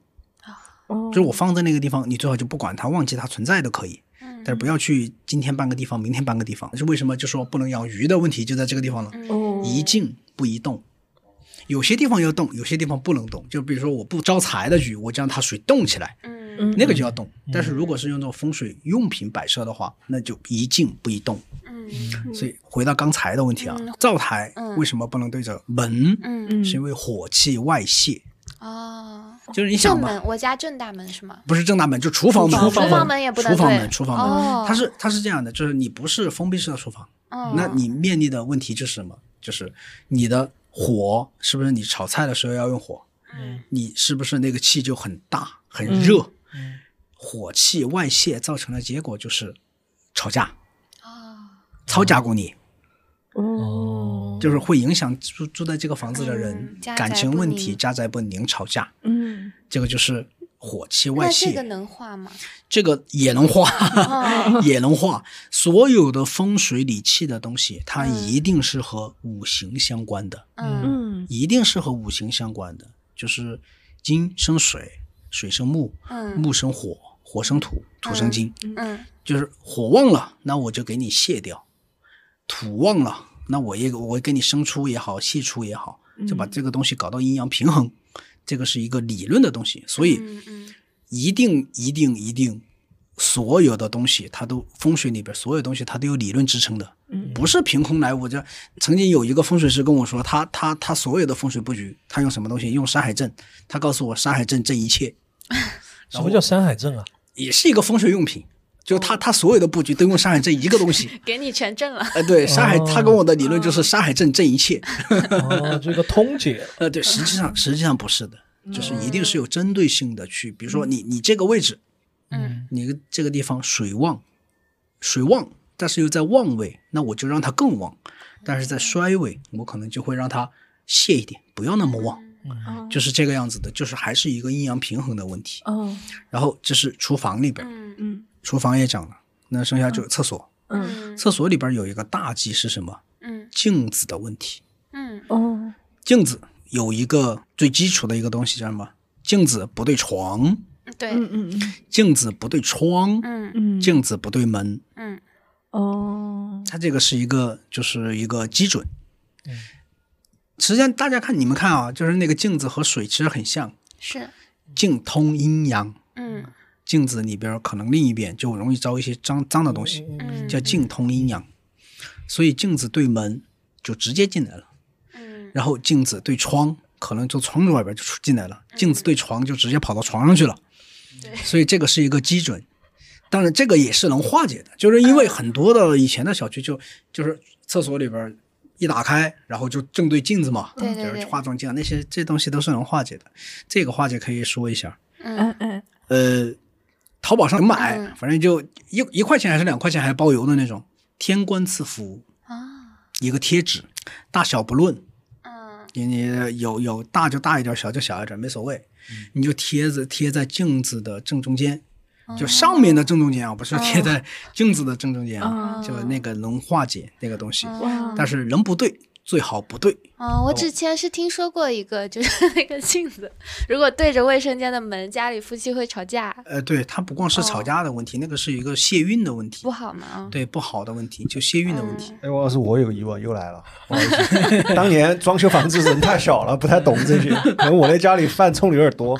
Speaker 6: 嗯，
Speaker 7: 就是我放在那个地方，你最好就不管它，忘记它存在都可以，
Speaker 1: 嗯
Speaker 7: 但是不要去今天搬个地方，明天搬个地方。是为什么就说不能养鱼的问题就在这个地方了？
Speaker 1: 嗯
Speaker 7: 宜静不宜动。有些地方要动，有些地方不能动。就比如说我不招财的局，我就让它水动起来，
Speaker 1: 嗯
Speaker 7: 那个就要动。但是如果是用这种风水用品摆设的话，那就宜静不宜动。
Speaker 1: 嗯
Speaker 7: 所以回到刚才的问题啊
Speaker 1: 嗯，
Speaker 7: 灶台
Speaker 1: 嗯
Speaker 7: 为什么不能对着门？
Speaker 1: 嗯
Speaker 6: 嗯
Speaker 7: 是因为火气外泄，
Speaker 1: 哦，
Speaker 7: 就是你想
Speaker 1: 正
Speaker 7: 吧，
Speaker 1: 门，我家正大门是吗？
Speaker 7: 不是正大门，就厨房门，
Speaker 1: 厨房门也不能
Speaker 7: 厨房
Speaker 1: 对
Speaker 7: 门，厨房门，
Speaker 1: 哦
Speaker 7: 它是它是这样的，就是你不是封闭式的厨房，
Speaker 1: 嗯
Speaker 7: 那你面临的问题就是什么？就是你的火是不是你炒菜的时候要用火？
Speaker 1: 嗯，
Speaker 7: 你是不是那个气就很大很热？
Speaker 1: 嗯
Speaker 7: 火气外泄造成的结果就是吵架，
Speaker 1: 啊
Speaker 7: 吵架过你，
Speaker 2: 哦，
Speaker 7: 就是会影响住住在这个房子的人
Speaker 1: 嗯家
Speaker 7: 感
Speaker 1: 宅
Speaker 7: 情
Speaker 1: 不
Speaker 7: 问
Speaker 1: 宁
Speaker 7: 题，家宅不宁，吵架，
Speaker 6: 嗯，
Speaker 7: 这个就是火气外
Speaker 1: 那这
Speaker 7: 泄，
Speaker 1: 个能画 吗？
Speaker 7: 这个也能化。
Speaker 1: 哦
Speaker 7: 也能化。所有的风水理气的东西，它一定是和五行相关的，
Speaker 1: 嗯
Speaker 6: 嗯，
Speaker 7: 一定是和五行相关的，就是金生水，水生木，
Speaker 1: 嗯
Speaker 7: 木生火，火生土，土生金。
Speaker 1: 嗯
Speaker 7: 就是火旺了，那我就给你泄掉；土旺了，那我也我给你生出也好，泄出也好，就
Speaker 1: 嗯
Speaker 7: 把这个东西搞到阴阳平衡。这个是一个理论的东西，所以。
Speaker 1: 嗯嗯，
Speaker 7: 一定一定一定，所有的东西它都风水里边所有东西它都有理论支撑的，不是凭空来。我这曾经有一个风水师跟我说，他他他所有的风水布局，他用什么东西？用山海镇。他告诉我，山海镇镇一切，
Speaker 2: 什么叫山海镇啊？
Speaker 7: 也是一个风水用品。就他他所有的布局都用山海镇一个东西
Speaker 1: 给你全正了。
Speaker 7: 呃，对，山海，他跟我的理论就
Speaker 1: 哦
Speaker 7: 是山海镇镇一切，
Speaker 2: 哦，这个通解，
Speaker 7: 呃，对，实际上实际上不是的，就是一定是有针对性的去，比如说你你这个位置，
Speaker 1: 嗯
Speaker 7: 你这个地方水旺，水旺，但是又在旺位，那我就让它更旺；但是在衰位，我可能就会让它泄一点，不要那么旺，
Speaker 1: 嗯
Speaker 7: 就是这个样子的，就是还是一个阴阳平衡的问题。
Speaker 6: 哦，
Speaker 7: 然后这是厨房里边，
Speaker 1: 嗯
Speaker 6: 嗯
Speaker 7: 厨房也讲了，那剩下就厕所，
Speaker 6: 嗯
Speaker 1: 嗯
Speaker 7: 厕所里边有一个大忌是什么？
Speaker 1: 嗯
Speaker 7: 镜子的问题。
Speaker 1: 嗯
Speaker 6: 哦，
Speaker 7: 镜子有一个最基础的一个东西叫什么？镜子不对床，
Speaker 1: 对
Speaker 6: 嗯嗯
Speaker 7: 镜子不对窗，
Speaker 1: 嗯
Speaker 6: 嗯，
Speaker 7: 镜子不对门，
Speaker 1: 嗯
Speaker 6: 哦，
Speaker 7: 它这个是一个就是一个基准。实际上，大家看你们看啊，就是那个镜子和水其实很像，
Speaker 1: 是
Speaker 7: 镜通阴阳，
Speaker 1: 嗯
Speaker 7: 镜子里边可能另一边就容易招一些脏脏的东西，
Speaker 1: 嗯
Speaker 7: 叫镜通阴阳。所以镜子对门就直接进来了，
Speaker 1: 嗯
Speaker 7: 然后镜子对窗可能从窗子外边就出进来了，镜
Speaker 1: 嗯
Speaker 7: 子对床就直接跑到床上去了。所以这个是一个基准。当然，这个也是能化解的，就是因为
Speaker 1: 嗯
Speaker 7: 很多的以前的小区就就是厕所里边一打开，然后就正对镜子嘛，
Speaker 1: 对对
Speaker 7: 就是
Speaker 1: 对
Speaker 7: 化妆镜啊那些这东西都是能化解的。这个化解可以说一下，
Speaker 6: 哎
Speaker 1: 嗯
Speaker 6: 哎，
Speaker 7: 呃，淘宝上买，
Speaker 1: 嗯
Speaker 7: 反正就一一块钱还是两块钱还包邮的那种天官赐福
Speaker 1: 啊
Speaker 7: 一个贴纸，大小不论，
Speaker 1: 嗯
Speaker 7: 你你有有大就大一点，小就小一点，没所谓，你就贴着贴在镜子的正中间，就上面的正中间啊，不是贴在镜子的正中
Speaker 6: 哎
Speaker 7: 间啊，
Speaker 1: 哦
Speaker 7: 就那个能化解那个东西，
Speaker 1: 哇
Speaker 7: 但是人不对，最好不对，
Speaker 1: 啊！我之前是听说过一个，就是 那个镜子，如果对着卫生间的门，家里夫妻会吵架，
Speaker 7: 呃，对，它不光是吵架的问题，那个是一个泄运的问题
Speaker 1: 不，好嘛啊。
Speaker 7: 对，不好的问题，就泄运的问题。
Speaker 8: 哎，王老师，我有个疑问又来了，不好意思， 当年装修房子人太小了，不太懂这些，可能我那家里犯冲的有点多。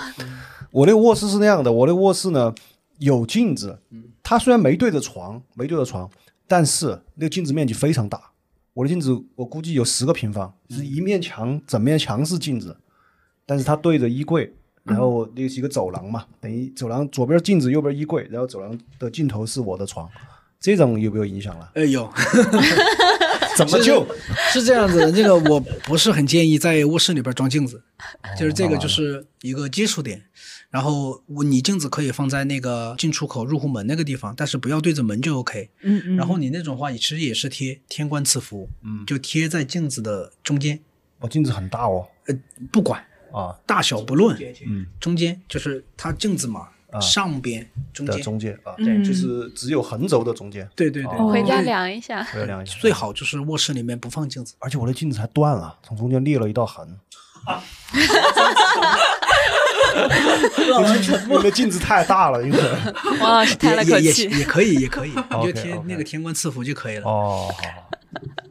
Speaker 8: 我那卧室是那样的，我那卧室呢有镜子，它虽然没对着床，没对着床，但是那个镜子面积非常大。我的镜子我估计有十个平方，就是一面墙，整面墙是镜子，但是它对着衣柜，然后那是一个走廊嘛，等于走廊左边镜子，右边衣柜，
Speaker 7: 哎
Speaker 8: 然后走廊的尽头是我的床，这种有没有影响了？
Speaker 7: 哎呦，
Speaker 8: 怎么救？
Speaker 7: 是这样子的，这个我不是很建议在卧室里边装镜子，
Speaker 8: 哦
Speaker 7: 就是这个就是一个接触点。然后我你镜子可以放在那个进出口入户门那个地方，但是不要对着门就 OK。
Speaker 6: 嗯嗯。
Speaker 7: 然后你那种话，其实也是贴天官赐福，
Speaker 8: 嗯
Speaker 7: 就贴在镜子的中间，
Speaker 8: 我镜子很大哦，
Speaker 7: 不管
Speaker 8: 啊，
Speaker 7: 大小不论，
Speaker 8: 嗯，
Speaker 7: 中间就是它镜子嘛，
Speaker 8: 啊
Speaker 7: 上边中
Speaker 8: 的
Speaker 7: 间，
Speaker 8: 中间啊，
Speaker 6: 嗯
Speaker 8: 就是只有横轴的中间，
Speaker 7: 对对对，
Speaker 8: 哦
Speaker 1: 回家
Speaker 7: 就是
Speaker 1: 量一下。
Speaker 8: 我要量一下。
Speaker 7: 最好就是卧室里面不放镜子。
Speaker 8: 而且我的镜子还断了，从中间裂了一道痕。
Speaker 7: 老师
Speaker 8: 我的镜子太大了，因 为
Speaker 1: 王老师 叹了口
Speaker 7: 也也
Speaker 1: 气，
Speaker 7: 也可以，也可以，你就
Speaker 8: OK，
Speaker 7: 贴
Speaker 8: OK
Speaker 7: 那个天官赐福就可以了。
Speaker 8: 哦，好好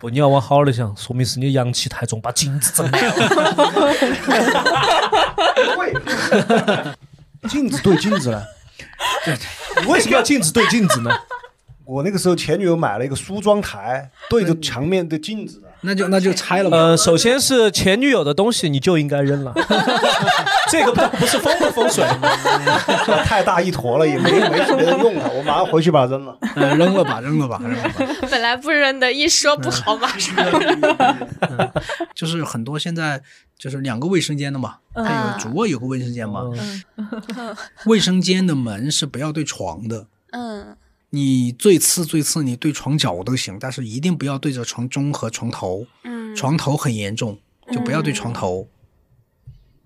Speaker 2: 不，你要往好了想，说明是你阳气太重，把镜子 整掉。
Speaker 8: 镜子对镜子呢？对，你为什么要镜子对镜子呢？我那个时候前女友买了一个梳妆台，对着墙面的镜子的。
Speaker 7: 那就那就拆了吧。
Speaker 2: 呃，首先是前女友的东西，你就应该扔了。 这个不不是风不风水，
Speaker 8: 太大一坨了，也没没什么人用啊它，我马上回去把它扔了。
Speaker 7: 呃，扔了吧，扔了吧，扔了吧。
Speaker 1: 本来不扔的，一说不
Speaker 7: 嗯
Speaker 1: 好， 马上
Speaker 7: 就是很多现在就是两个卫生间的嘛，
Speaker 1: 嗯
Speaker 7: 它有主卧有个卫生间
Speaker 2: 嗯
Speaker 7: 嘛，卫生间的门是不要对床的。
Speaker 1: 嗯
Speaker 7: 你最次最次，你对床角都行，但是一定不要对着床中和床头，
Speaker 1: 嗯
Speaker 7: 床头很严重，就不要对床头。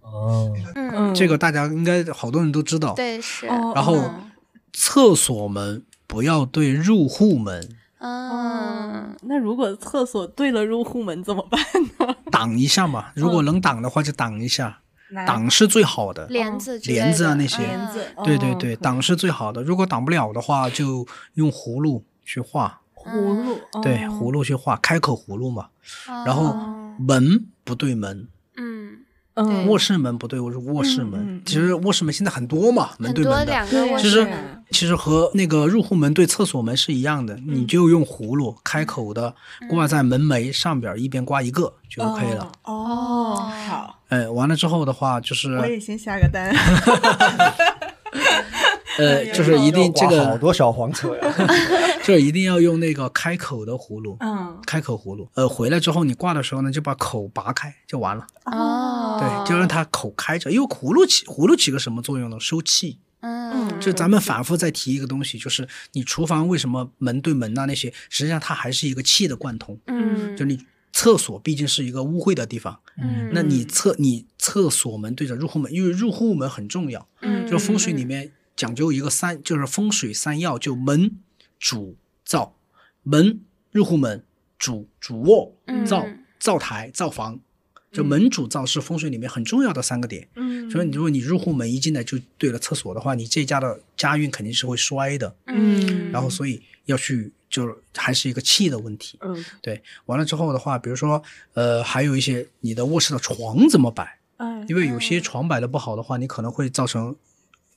Speaker 2: 哦，
Speaker 1: 嗯，
Speaker 6: 嗯
Speaker 7: 这个大家应该好多人都知道。
Speaker 1: 对是，
Speaker 6: 哦
Speaker 7: 然后
Speaker 1: 嗯
Speaker 7: 厕所门不要对入户门，
Speaker 1: 嗯
Speaker 6: 嗯，那如果厕所对了入户门怎么办呢？
Speaker 7: 挡一下嘛。
Speaker 1: 嗯
Speaker 7: 如果能挡的话就挡一下，
Speaker 6: 拿
Speaker 7: 挡是最好的。
Speaker 1: 帘子之类
Speaker 7: 帘子啊
Speaker 1: 的嗯
Speaker 7: 那些
Speaker 6: 帘子，
Speaker 7: 对
Speaker 6: 哦
Speaker 7: 对对，挡是最好的。如果挡不了的话，就用葫芦去画，
Speaker 6: 葫芦，哦
Speaker 7: 对，葫芦去画，开口葫芦嘛。
Speaker 1: 嗯
Speaker 7: 然后
Speaker 1: 哦
Speaker 7: 门不对门，
Speaker 1: 嗯，
Speaker 6: 嗯，
Speaker 7: 卧室门不对卧
Speaker 6: 嗯
Speaker 7: 室
Speaker 6: 嗯
Speaker 7: 门
Speaker 6: 嗯。
Speaker 7: 其实卧室门现在很多嘛，门
Speaker 1: 很
Speaker 7: 对
Speaker 1: 多
Speaker 7: 门的，
Speaker 1: 两个
Speaker 6: 对
Speaker 1: 卧
Speaker 7: 其
Speaker 1: 室
Speaker 7: 实
Speaker 1: 门，
Speaker 7: 其实和那个入户门对厕所门是一样的，你就用葫芦开口的挂在门楣上边，一边挂一个就 OK 了。
Speaker 6: 哦。
Speaker 1: 哦
Speaker 6: 哦，好，
Speaker 7: 哎，完了之后的话就
Speaker 6: 我
Speaker 7: 是
Speaker 6: 也先下个单。
Speaker 7: 呃，就是一定这
Speaker 8: 好
Speaker 7: 个
Speaker 8: 多小黄车呀，
Speaker 7: 就是一定要用那个开口的葫芦。
Speaker 6: 嗯，
Speaker 7: 开口葫芦，呃，回来之后你挂的时候呢，就把口拔开就完了，
Speaker 1: 哦，
Speaker 7: 对，就让它口开着，因为葫芦起葫芦起个什么作用呢？收气。
Speaker 1: 嗯，
Speaker 7: 就咱们反复再提一个东西，就是你厨房为什么门对门呐、那些，实际上它还是一个气的贯通。
Speaker 1: 嗯，
Speaker 7: 就你厕所毕竟是一个污秽的地方，
Speaker 1: 嗯，
Speaker 7: 那你厕你厕所门对着入户门，因为入户门很重要，
Speaker 1: 嗯
Speaker 7: 就是风水里面讲究一个三，就是风水三要，就门主灶，门入户门主主卧
Speaker 1: 嗯
Speaker 7: 灶灶台灶房，就门主灶是风水里面很重要的三个点。
Speaker 6: 嗯
Speaker 7: 所以你如果你入户门一进来就对了厕所的话，你这家的家运肯定是会衰的。
Speaker 1: 嗯，
Speaker 7: 然后所以要去就是还是一个气的问题。
Speaker 6: 嗯
Speaker 7: 对，完了之后的话，比如说呃，还有一些你的卧室的床怎么摆，
Speaker 6: 哎
Speaker 7: 因为有些床摆的不好的话，你可能会造成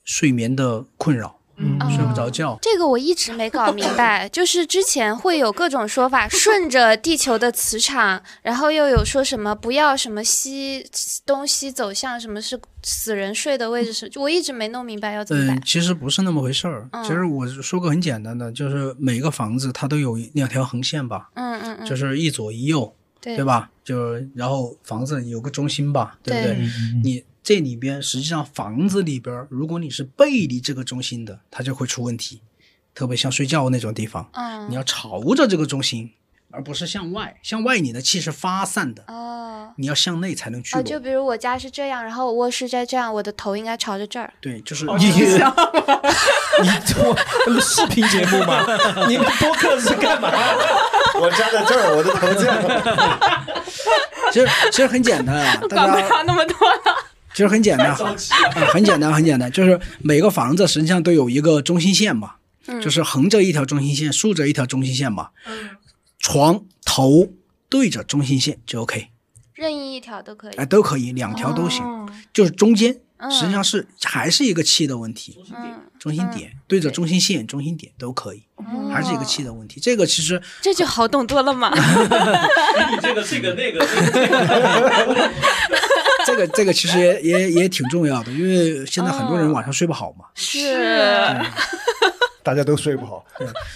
Speaker 7: 睡眠的困扰，
Speaker 6: 嗯
Speaker 7: 睡不着觉。
Speaker 1: 这个我一直没搞明白，就是之前会有各种说法，顺着地球的磁场，然后又有说什么不要什么西东西走向，什么是死人睡的位置是，就我一直没弄明白要怎么
Speaker 7: 嗯，
Speaker 1: 摆。
Speaker 7: 其实不是那么回事
Speaker 6: 嗯
Speaker 7: 儿。其实我说个很简单的，就是每个房子它都有两条横线吧，
Speaker 1: 嗯嗯嗯，
Speaker 7: 就是一左一右，
Speaker 1: 对
Speaker 7: 对？吧？就是然后房子有个中心吧，对不
Speaker 1: 对
Speaker 7: 对？你这里边实际上房子里边，如果你是背离这个中心的，它就会出问题，特别像睡觉那种地方，
Speaker 1: 嗯，
Speaker 7: 你要朝着这个中心，而不是向外，向外你的气是发散的，
Speaker 1: 哦
Speaker 7: 你要向内才能聚
Speaker 1: 哦，就
Speaker 7: 拢。
Speaker 1: 比如我家是这样，然后我卧室在这样，我的头应该朝着这儿。
Speaker 7: 对，就是
Speaker 2: 你你我视频节目 吗？你们播客是干嘛？
Speaker 8: 我家在这儿，我的头这样。
Speaker 7: 其实其实很简单啊，大
Speaker 9: 管不
Speaker 7: 家
Speaker 9: 了那么多了。
Speaker 7: 其实很简单，很啊很简单，很简单，就是每个房子实际上都有一个中心线嘛，
Speaker 1: 嗯
Speaker 7: 就是横着一条中心线，竖着一条中心线嘛。床头对着中心线就 OK，
Speaker 1: 任意一条都可以
Speaker 7: 哎、。都可以，两条都行，就是中间
Speaker 1: 哦嗯
Speaker 7: 实际上是、还是一个气的问题，
Speaker 1: 嗯，
Speaker 7: 中心点、对着中心线、中心点都可以，还是一个气的问题。这个其实
Speaker 1: 这就好懂多了 嘛。
Speaker 2: 你这个这个那个，
Speaker 7: 这个这个其实也
Speaker 1: 嗯
Speaker 7: 也也挺重要的，因为现在很多人
Speaker 1: 哦
Speaker 7: 晚上睡不好嘛。
Speaker 1: 是，
Speaker 8: 大家都睡不好。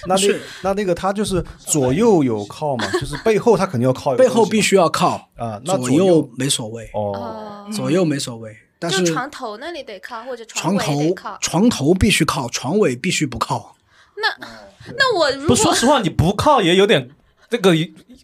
Speaker 8: 那那
Speaker 7: 是
Speaker 8: 那那个他就是左右有靠嘛，就是背后他肯定要靠一个
Speaker 7: 背
Speaker 8: 东西嘛，
Speaker 7: 后必须要靠，
Speaker 8: 啊，那
Speaker 7: 左
Speaker 8: 右
Speaker 7: 右没所谓，
Speaker 8: 哦，
Speaker 1: 哦，
Speaker 7: 左右没所谓，嗯但
Speaker 1: 就是床头那里得靠，或者
Speaker 7: 床
Speaker 1: 尾得
Speaker 7: 头
Speaker 1: 靠。
Speaker 7: 床头必须靠，床尾必须不靠。
Speaker 1: 那我如
Speaker 2: 不，
Speaker 1: 果
Speaker 2: 说实话，你不靠也有点这个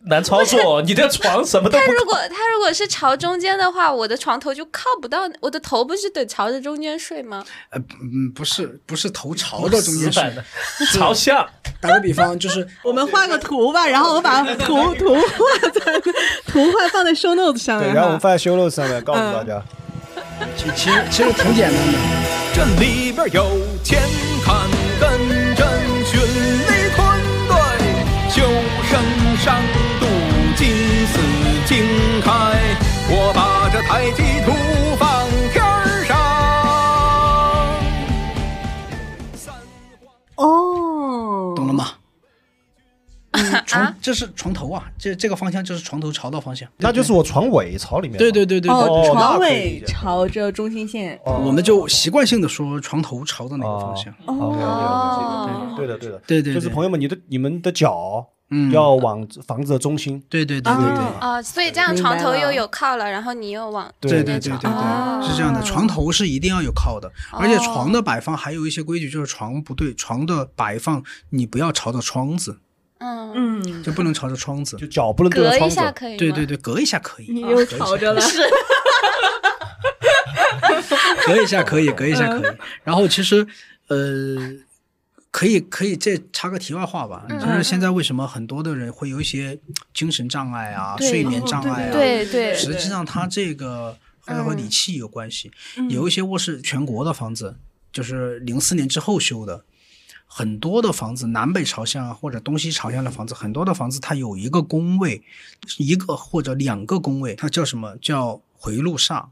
Speaker 2: 难操作。你的床什么都
Speaker 1: 他
Speaker 2: 不
Speaker 1: 如果他如果是朝中间的话，我的床头就靠不到，我的头不是得朝着中间睡吗？
Speaker 7: 呃，嗯，不是，不是头朝着中
Speaker 2: 死
Speaker 7: 间
Speaker 2: 板
Speaker 7: 睡。
Speaker 2: 的，朝向。
Speaker 7: 打个比方，就是
Speaker 6: 我们画个图吧，然后我把图图画在图画放在 show notes 上
Speaker 8: 对，
Speaker 6: 面
Speaker 8: 然后
Speaker 1: 嗯
Speaker 8: 我
Speaker 6: 哈
Speaker 8: 们。放在修 notes 上面告诉大家，
Speaker 7: 其其实其实挺简单的。
Speaker 4: 这里边有钱看跟针，循利坤兑，修身商度金死经开，我把这太极图放天儿上。三
Speaker 6: 哦，
Speaker 7: 懂了吗？
Speaker 1: 嗯
Speaker 7: 床这是床头啊，这这个方向就是床头朝到方向。
Speaker 8: 那就是我床尾朝里面嘛。
Speaker 7: 对对对对对，
Speaker 8: 哦
Speaker 6: 哦，
Speaker 8: 那
Speaker 6: 床
Speaker 8: 可以理
Speaker 6: 尾
Speaker 8: 解
Speaker 6: 朝着中心线。
Speaker 8: 哦，
Speaker 7: 我们就习惯性的说床头朝着哪个方向。
Speaker 6: 啊
Speaker 8: 哦
Speaker 7: 嗯
Speaker 1: 哦
Speaker 8: 对的对的，
Speaker 7: 对对对，
Speaker 8: 就是朋友们，你的你们的脚
Speaker 7: 嗯，
Speaker 8: 要往房子的中心，
Speaker 7: 对对对对对
Speaker 1: 哦，所以这样
Speaker 6: 明
Speaker 1: 床
Speaker 6: 白
Speaker 1: 头又
Speaker 6: 了
Speaker 1: 有靠了，然后你又往
Speaker 7: 对对
Speaker 8: 对
Speaker 7: 对对
Speaker 1: 哦
Speaker 7: 对，是这样的，床头是一定要有靠的，而且床的摆放还有一些规矩，就是床不对，床的摆放你不要朝着窗子，
Speaker 1: 嗯
Speaker 6: 嗯，
Speaker 7: 就不能朝着窗子
Speaker 8: 就。脚不能对
Speaker 1: 隔
Speaker 8: 着
Speaker 1: 一
Speaker 8: 窗
Speaker 1: 下
Speaker 8: 子。
Speaker 1: 可以吗？
Speaker 7: 对对对，隔一下可以
Speaker 6: 你，又朝着了。
Speaker 7: 隔一下可 以，隔一下可
Speaker 1: 嗯
Speaker 7: 以。 然后其实，呃，可以可以，这插个题外话吧，
Speaker 1: 嗯
Speaker 7: 就是现在为什么很多的人会有一些精神障碍啊、
Speaker 1: 对
Speaker 7: 睡眠障碍啊，
Speaker 1: 对对嗯
Speaker 7: 实际上它这个还和理气有关系。有一些卧室全国的房子，就是零四年之后修的。很多的房子南北朝向啊，或者东西朝向的房子，很多的房子它有一个宫位，一个或者两个宫位，它叫什么叫回路煞，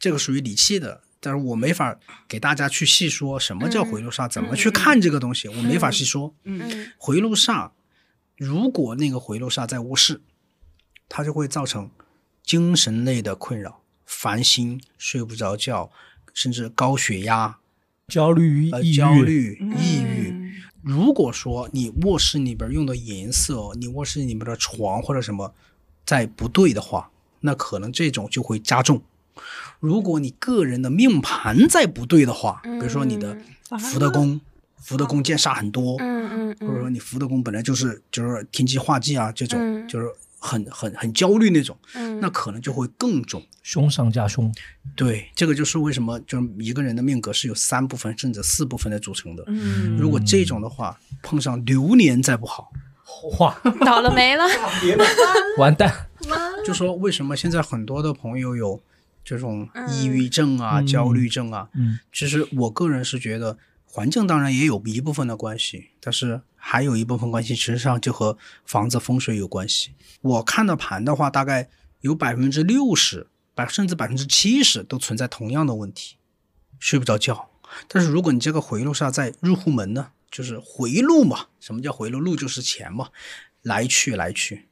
Speaker 7: 这个属于理气的，但是我没法给大家去细说什么叫回路煞，怎么去看这个东西，我没法细说。
Speaker 1: 嗯
Speaker 7: 回路煞，如果那个回路煞在卧室，它就会造成精神类的困扰，烦心、睡不着觉，甚至高血压、
Speaker 2: 焦虑与
Speaker 7: 呃
Speaker 2: 抑郁，
Speaker 7: 焦虑、抑郁。如果说你卧室里边用的颜色，你卧室里边的床或者什么在不对的话，那可能这种就会加重。如果你个人的命盘在不对的话，比如说你的福德宫，福德宫见煞很多，
Speaker 1: 嗯嗯
Speaker 7: 或
Speaker 1: 嗯
Speaker 7: 者说你福德宫本来就是就是天机化忌啊这种，
Speaker 1: 嗯
Speaker 7: 就是很很很焦虑那种，
Speaker 1: 嗯，
Speaker 7: 那可能就会更重。
Speaker 2: 凶上加凶。
Speaker 7: 对，这个就是为什么就是一个人的命格是由三部分甚至四部分来组成的。
Speaker 6: 嗯，
Speaker 7: 如果这种的话，碰上流年再不好，
Speaker 2: 哇，
Speaker 1: 嗯倒了 霉了，嗯
Speaker 2: 完蛋！
Speaker 7: 就说为什么现在很多的朋友有这种抑郁症啊、焦虑症啊，
Speaker 2: 嗯，
Speaker 7: 其实我个人是觉得，环境当然也有一部分的关系，但是还有一部分关系，实际上就和房子风水有关系。我看的盘的话，大概有百分之六十，百甚至百分之七十都存在同样的问题，睡不着觉。但是如果你这个回路煞在入户门呢，就是回路嘛，什么叫回路？路就是钱嘛，来去来去，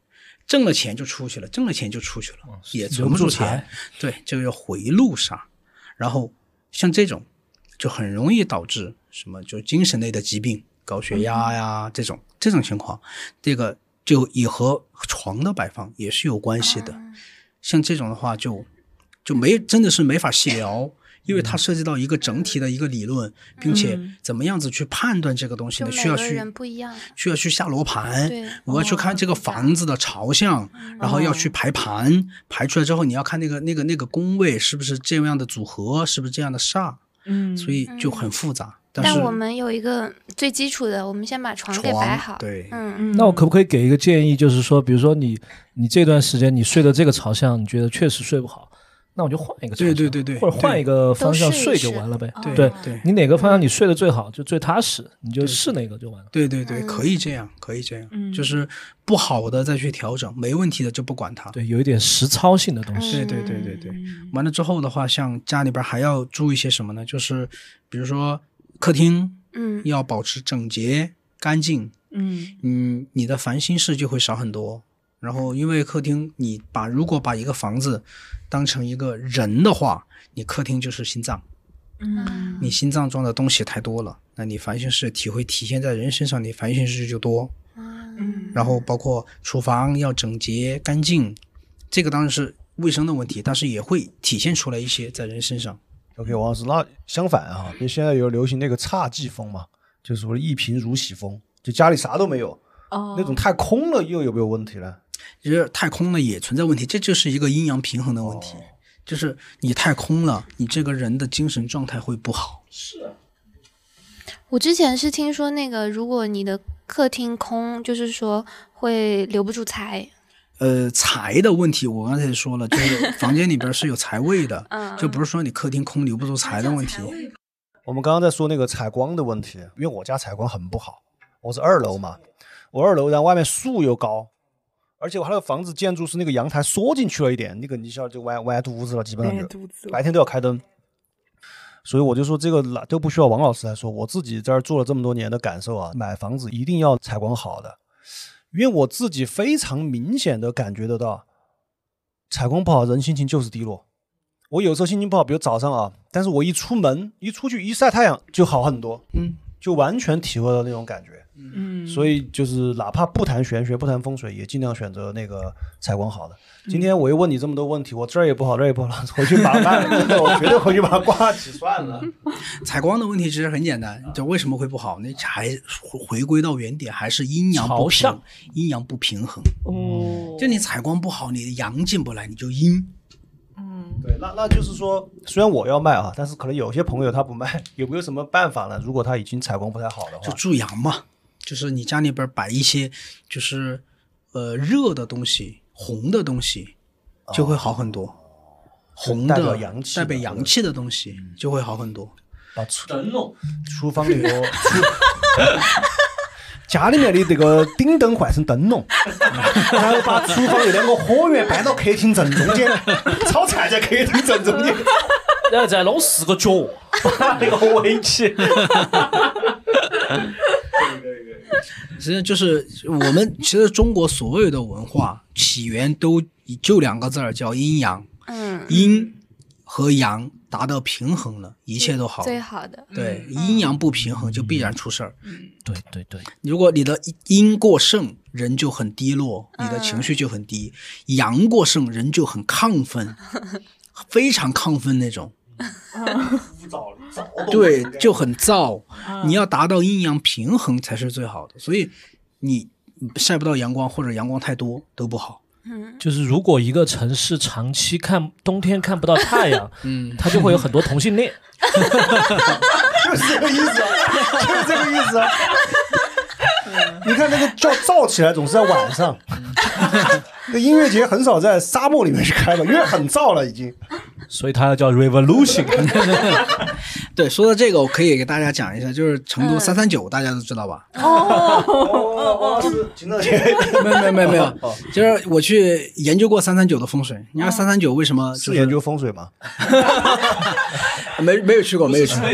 Speaker 7: 挣了钱就出去了，挣了钱就出去了，也存
Speaker 2: 哦留不
Speaker 7: 住
Speaker 2: 住钱。
Speaker 7: 对，这个叫回路煞。然后像这种，就很容易导致什么，就精神类的疾病，高血压呀、
Speaker 2: 嗯
Speaker 7: 这种这种情况，这个就也和床的摆放也是有关系
Speaker 1: 啊
Speaker 7: 的。像这种的话就，就没真的是没法细 聊，因为它
Speaker 2: 嗯
Speaker 7: 涉及到一个整体的一个理论，并且怎么样子去判断这个东西
Speaker 1: 嗯就
Speaker 7: 呢？
Speaker 1: 每
Speaker 7: 需要
Speaker 1: 个
Speaker 7: 去
Speaker 1: 人不一样。
Speaker 7: 需要去下罗盘
Speaker 1: 对，
Speaker 7: 我要去看这个房子的朝
Speaker 1: 哦
Speaker 7: 向，然后要去排盘，排出来之后你要看那个那个那个宫位是不是这样的组合，是不是这样的煞，
Speaker 6: 嗯，
Speaker 7: 所以就很复杂。
Speaker 1: 嗯
Speaker 7: 但
Speaker 1: 但
Speaker 7: 是
Speaker 1: 我们有一个最基础的，我们先把床给摆
Speaker 7: 床
Speaker 1: 好。
Speaker 7: 对
Speaker 1: 嗯，
Speaker 6: 嗯
Speaker 2: 那我可不可以给一个建议，就是说，比如说你你这段时间你睡的这个朝向，你觉得确实睡不好，那我就换一个朝
Speaker 7: 对
Speaker 2: 向，
Speaker 7: 对对对
Speaker 2: 或者换一个方向
Speaker 1: 都试一哦
Speaker 2: 睡
Speaker 1: 试
Speaker 2: 就完了呗。
Speaker 7: 对
Speaker 2: 对
Speaker 7: 对
Speaker 2: 你哪个方向你睡得最好，就最踏实，你就试那个就完了。
Speaker 7: 对对
Speaker 1: 嗯
Speaker 7: 对，可以这样，可以这样，就是不好的再去调整，没问题的就不管
Speaker 1: 嗯
Speaker 7: 它。
Speaker 2: 对，有一点实操性的东西。
Speaker 7: 对对对对对，完了之后的话，像家里边还要注意些什么呢？就是比如说客厅
Speaker 1: 嗯
Speaker 7: 要保持整洁干净，
Speaker 6: 嗯
Speaker 7: 嗯，你的烦心事就会少很多。然后，因为客厅，你把如果把一个房子当成一个人的话，你客厅就是心脏，
Speaker 5: 嗯
Speaker 7: 你心脏装的东西太多了，那你烦心事体会体现在人身上，你烦心事就多。
Speaker 5: 嗯
Speaker 7: 然后包括厨房要整洁干净，这个当然是卫生的问题，但是也会体现出来一些在人身上。
Speaker 8: OK，王老师，那相反啊，就现在有流行那个侘寂风嘛，就是说一贫如洗风，就家里啥都没有，
Speaker 6: 哦
Speaker 8: 那种太空了又有没有问题呢？
Speaker 7: 其实太空了也存在问题，这就是一个阴阳平衡的问题，
Speaker 2: 哦
Speaker 7: 就是你太空了，你这个人的精神状态会不好。
Speaker 1: 我之前是听说那个，如果你的客厅空，就是说会留不住财。
Speaker 7: 呃，财的问题我刚才也说了，就是房间里边是有财位 的，
Speaker 2: 嗯
Speaker 7: 就不是说你客厅空留不住财的问题。
Speaker 8: 我们刚刚在说那个采光的问题，因为我家采光很不好，我是二楼嘛，我二楼，然后外面树又高，而且我那个房子建筑是那个阳台缩进去了一点，那个你像就歪歪肚子了，基本上
Speaker 6: 哎，
Speaker 8: 就
Speaker 6: 肚子
Speaker 8: 白天都要开灯。所以我就说这个懒都不需要王老师来说，我自己在这儿做了这么多年的感受啊，买房子一定要采光好的，因为我自己非常明显的感觉得到，采光不好人心情就是低落。我有时候心情不好，比如早上啊，但是我一出门一出去一晒太阳就好很多，
Speaker 7: 嗯，
Speaker 8: 就完全体会到那种感觉。
Speaker 6: 嗯，
Speaker 8: 所以就是哪怕不谈玄学、不谈风水，也尽量选择那个采光好的。今天我又问你这么多问题，我这儿也不好，那儿也不好， 回去把它，我绝对回去把它挂起算了。
Speaker 7: 采光的问题其实很简单，
Speaker 2: 嗯
Speaker 7: 就为什么会不好？那还回归到原点，还是阴阳不
Speaker 2: 朝
Speaker 7: 平
Speaker 2: 向，
Speaker 7: 阴阳不平衡。
Speaker 6: 哦，
Speaker 7: 就你采光不好，你的阳进不来，你就阴。
Speaker 8: 对，那那就是说，虽然我要卖啊，但是可能有些朋友他不卖，有没有什么办法呢？如果他已经采光不太好的
Speaker 7: 就
Speaker 8: 话，
Speaker 7: 助阳嘛，就是你家里边摆一些就是呃热的东西、红的东西，就会好很多。红的
Speaker 8: 哦代表阳气的
Speaker 7: 代表阳气的东西
Speaker 8: 嗯
Speaker 7: 就会好很多。
Speaker 8: 把厨厨房里头，厨家里面的这个顶灯换成灯笼，然后把厨房的两个火源搬到客厅正中间，炒菜在客厅正中间。
Speaker 2: 然后再弄四个脚，
Speaker 8: 那个围棋，
Speaker 7: 实际上就是我们其实中国所有的文化起源都就两个字儿叫阴阳，
Speaker 1: 嗯，
Speaker 7: 阴和阳达到平衡了，一切都好。
Speaker 1: 最好嗯的。
Speaker 7: 对，阴阳不平衡就必然出事儿。
Speaker 2: 对对对，
Speaker 7: 如果你的阴过盛，人就很低落，你的情绪就很低；阳过盛，人就很亢 奋，非常亢奋那种。对，就很燥。你要达到阴阳平衡才是最好的，所以你晒不到阳光或者阳光太多都不好。
Speaker 2: 就是如果一个城市长期看冬天看不到太阳， 嗯，它就会有很多同性恋。
Speaker 8: 就是这个意思， 就是这个意思。啊你看那个叫燥起来总是在晚 上，那音乐节很少在沙漠里面去开吧，因为很燥了已经。
Speaker 2: 所以它要叫 revolution。
Speaker 7: 对，说到这个，我可以给大家讲一下，就是成都三三九，大家都知道吧？
Speaker 8: 哦，是秦正杰，
Speaker 7: 没有没有没有 没有，
Speaker 8: 哦
Speaker 7: 嗯就是我去研究过三三九的风水。你看三三九为什么就是
Speaker 8: 研究风水吗？
Speaker 7: 没没有去过，没有去过。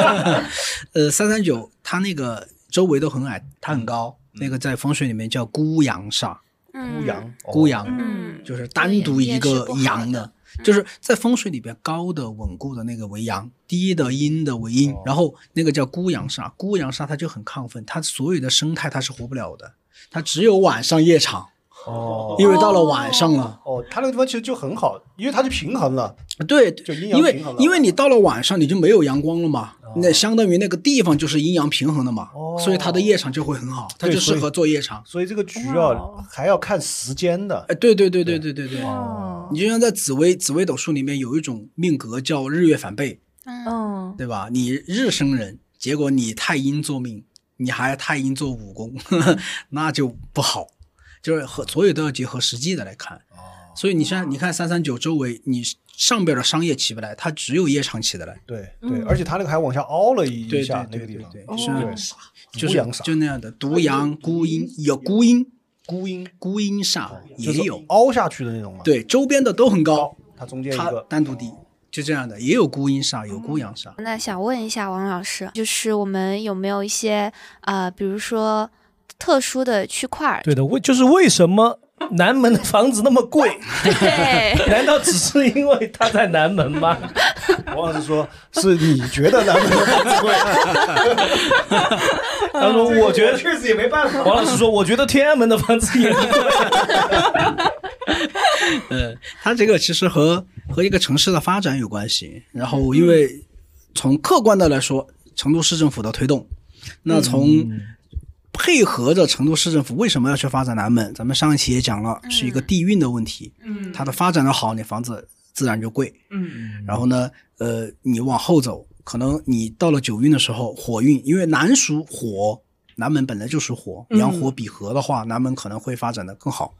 Speaker 7: 呃，三三九它那个周围都很矮，它很高，那个在风水里面叫孤阳煞，
Speaker 1: 嗯，
Speaker 8: 孤阳，
Speaker 7: 孤阳
Speaker 1: 嗯，
Speaker 7: 就是单独一个阳
Speaker 1: 也是
Speaker 7: 的。就是在风水里边，高的稳固的那个为阳，低的阴的为阴，然后那个叫孤阳煞，孤阳煞它就很亢奋，它所有的生态它是活不了的，它只有晚上夜场，
Speaker 8: 哦
Speaker 7: 因为到了晚上了，
Speaker 8: 哦，他那个地方其实就很好，因为它就平衡了。
Speaker 7: 对，
Speaker 8: 就阴阳
Speaker 7: 因为
Speaker 8: 平衡了
Speaker 7: 因为你到了晚上你就没有阳光了嘛，那相当于那个地方就是阴阳平衡的嘛，
Speaker 8: 哦
Speaker 7: 所以它的夜场就会很好，它
Speaker 8: 对
Speaker 7: 就适
Speaker 8: 所以
Speaker 7: 合做夜场。
Speaker 8: 所以这个局啊，还要看时间的。
Speaker 7: 哎，对对对对对对对，
Speaker 8: 哦，
Speaker 7: 你就像在紫微紫微斗数里面有一种命格叫日月反背，
Speaker 6: 嗯，
Speaker 7: 对吧？你日生人，结果你太阴做命，你还太阴做武功， 呵呵那就不好。就是和所有都要结合实际的来看。
Speaker 8: 哦
Speaker 7: 所以你现在你看三三九周围，你上边的商业起不来，它只有夜场起得来。
Speaker 8: 对对，而且他那个还往下凹了一
Speaker 7: 对
Speaker 8: 下
Speaker 7: 对，
Speaker 8: 那
Speaker 7: 对
Speaker 8: 个地
Speaker 7: 对
Speaker 8: 方，
Speaker 7: 对，
Speaker 6: 哦
Speaker 7: 是
Speaker 6: 对
Speaker 7: 就
Speaker 8: 独
Speaker 7: 是
Speaker 8: 阳煞
Speaker 7: 就那样的独阳孤阴，有孤阴
Speaker 8: 孤阴
Speaker 7: 孤阴煞也
Speaker 8: 哦就是
Speaker 7: 有，
Speaker 8: 凹下去的那种嘛。
Speaker 7: 对，周边的都很高
Speaker 8: 高，，它中间一
Speaker 7: 它
Speaker 8: 个
Speaker 7: 单独低，就这样的，也有孤阴煞，有孤阳煞。
Speaker 1: 那想问一下王老师，就是我们有没有一些呃，比如说特殊的区块儿？
Speaker 2: 对的，为就是为什么南门的房子那么贵？
Speaker 1: 对，
Speaker 2: 难道只是因为它在南门吗？
Speaker 8: 王老师说：“是你觉得男朋友很贵。”他说：“我觉得
Speaker 3: 确实也没办法。
Speaker 2: 王老师说，我觉得天安门的房子也很贵。
Speaker 7: 呃，它这个其实和和一个城市的发展有关系。然后，因为从客观的来说，成都市政府的推动，那从
Speaker 8: 嗯
Speaker 7: 配合着成都市政府为什么要去发展南门？咱们上一期也讲了，是一个地运的问题。嗯，它的发展的好，你房子自然就贵。
Speaker 6: 嗯，
Speaker 7: 然后呢，呃，你往后走，可能你到了九运的时候，火运，因为南属火，南门本来就属火，阳火比合的话，南门可能会发展的更好。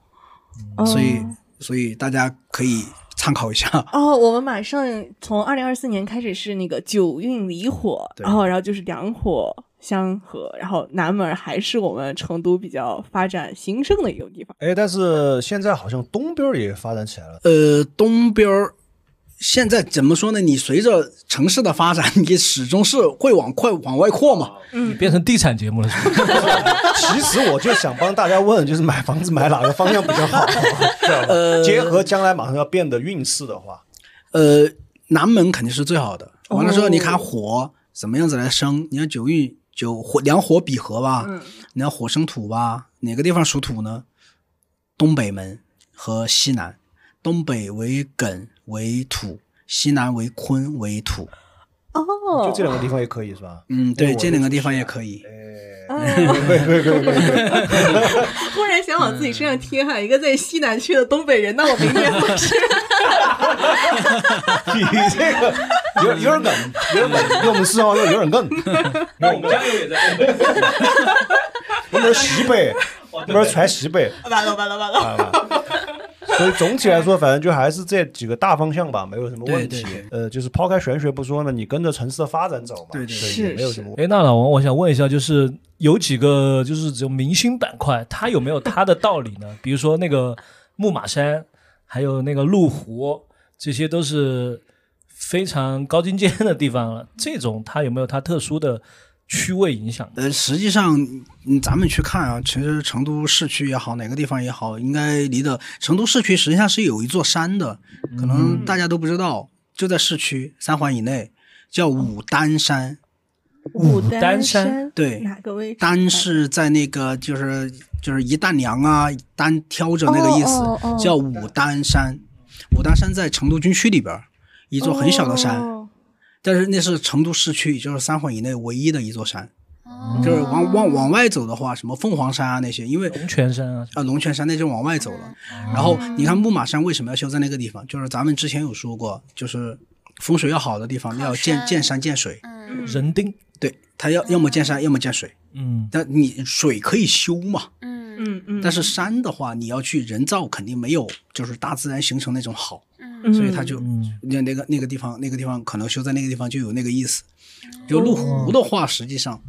Speaker 6: 哦
Speaker 7: 所以所以大家可以参考一下。
Speaker 6: 哦，我们马上从二零二四年开始是那个九运离火，
Speaker 7: 对
Speaker 6: 然后然后就是两火相合，然后南门还是我们成都比较发展兴盛的一个地方。
Speaker 8: 哎，但是现在好像东边儿也发展起来了。
Speaker 7: 呃，东边儿现在怎么说呢？你随着城市的发展，你始终是会往快往外扩嘛。
Speaker 2: 你
Speaker 6: 嗯
Speaker 2: 变成地产节目了是吧？
Speaker 8: 其实我就想帮大家问，就是买房子买哪个方向比较好？啊
Speaker 7: 呃
Speaker 8: 结合将来马上要变的运势的话，
Speaker 7: 呃，南门肯定是最好的。完了之后，
Speaker 6: 哦
Speaker 7: 你看火怎么样子来生？你看九运九火两火比合吧，
Speaker 6: 嗯
Speaker 7: 你看火生土吧，哪个地方属土呢？东北门和西南，东北为艮为土，西南为坤为土。
Speaker 6: 哦
Speaker 8: 就这两个地方也可以是吧？
Speaker 7: 嗯，
Speaker 8: 因为
Speaker 7: 对，
Speaker 8: 我
Speaker 7: 这两个地方也
Speaker 8: 就是
Speaker 7: 可以。
Speaker 6: 突然想往自己
Speaker 7: 嗯
Speaker 6: 身上贴哈，一个在西南区的东北人，那我明年 不是
Speaker 8: 你这个有点有点梗，有点梗，跟我们四号又有点梗。
Speaker 2: 那我们加油也在东北。
Speaker 8: 那边西 北，那边全西北。
Speaker 6: 完了完了完了。
Speaker 8: 啊所以总体来说，反正就还是这几个大方向吧，没有什么问
Speaker 7: 对
Speaker 8: 题
Speaker 7: 对。
Speaker 8: 呃，就是抛开玄学不说呢，你跟着城市的发展走嘛，
Speaker 7: 对对
Speaker 8: 所以
Speaker 6: 是
Speaker 8: 也没有什么问题。
Speaker 2: 哎，那老王，我想问一下，就是有几个就是只有明星板块，它有没有它的道理呢？比如说那个木马山，还有那个麓湖，这些都是非常高精尖的地方了。这种它有没有它特殊的区位影响？
Speaker 7: 呃，实际上，嗯，咱们去看啊，其实成都市区也好，哪个地方也好，应该离的成都市区实际上是有一座山的，可能
Speaker 1: 嗯
Speaker 7: 大家都不知道，就在市区三环以内，叫牡丹山。
Speaker 6: 牡
Speaker 2: 丹山
Speaker 6: 山
Speaker 7: 对
Speaker 6: 哪个位置？
Speaker 7: 丹是在那个就是就是一担粮啊，担挑着那个意思，
Speaker 1: 哦哦哦
Speaker 7: 叫牡丹山。牡丹山在成都军区里边儿，一座很小的山，
Speaker 6: 哦
Speaker 7: 但是那是成都市区，也就是三环以内唯一的一座山。
Speaker 1: 哦
Speaker 7: 就是往往往外走的话，什么凤凰山啊那些，因为
Speaker 2: 龙泉山啊，
Speaker 7: 啊，龙泉山那就往外走了。然后
Speaker 1: 哦
Speaker 7: 你看木马山为什么要修在那个地方？就是咱们之前有说过，就是风水要好的地方
Speaker 1: 靠
Speaker 7: 要见
Speaker 1: 山
Speaker 7: 见山见水，
Speaker 1: 嗯
Speaker 2: 人丁，
Speaker 7: 对，它要要么见山，要么见水。
Speaker 2: 嗯，
Speaker 7: 但你水可以修嘛，
Speaker 1: 嗯
Speaker 6: 嗯嗯，
Speaker 7: 但是山的话，你要去人造，肯定没有就是大自然形成那种好，
Speaker 1: 嗯
Speaker 6: 嗯
Speaker 7: 所以它就
Speaker 2: 嗯
Speaker 7: 那那个那个地方那个地方可能修在那个地方就有那个意思。就麓湖的话，实际上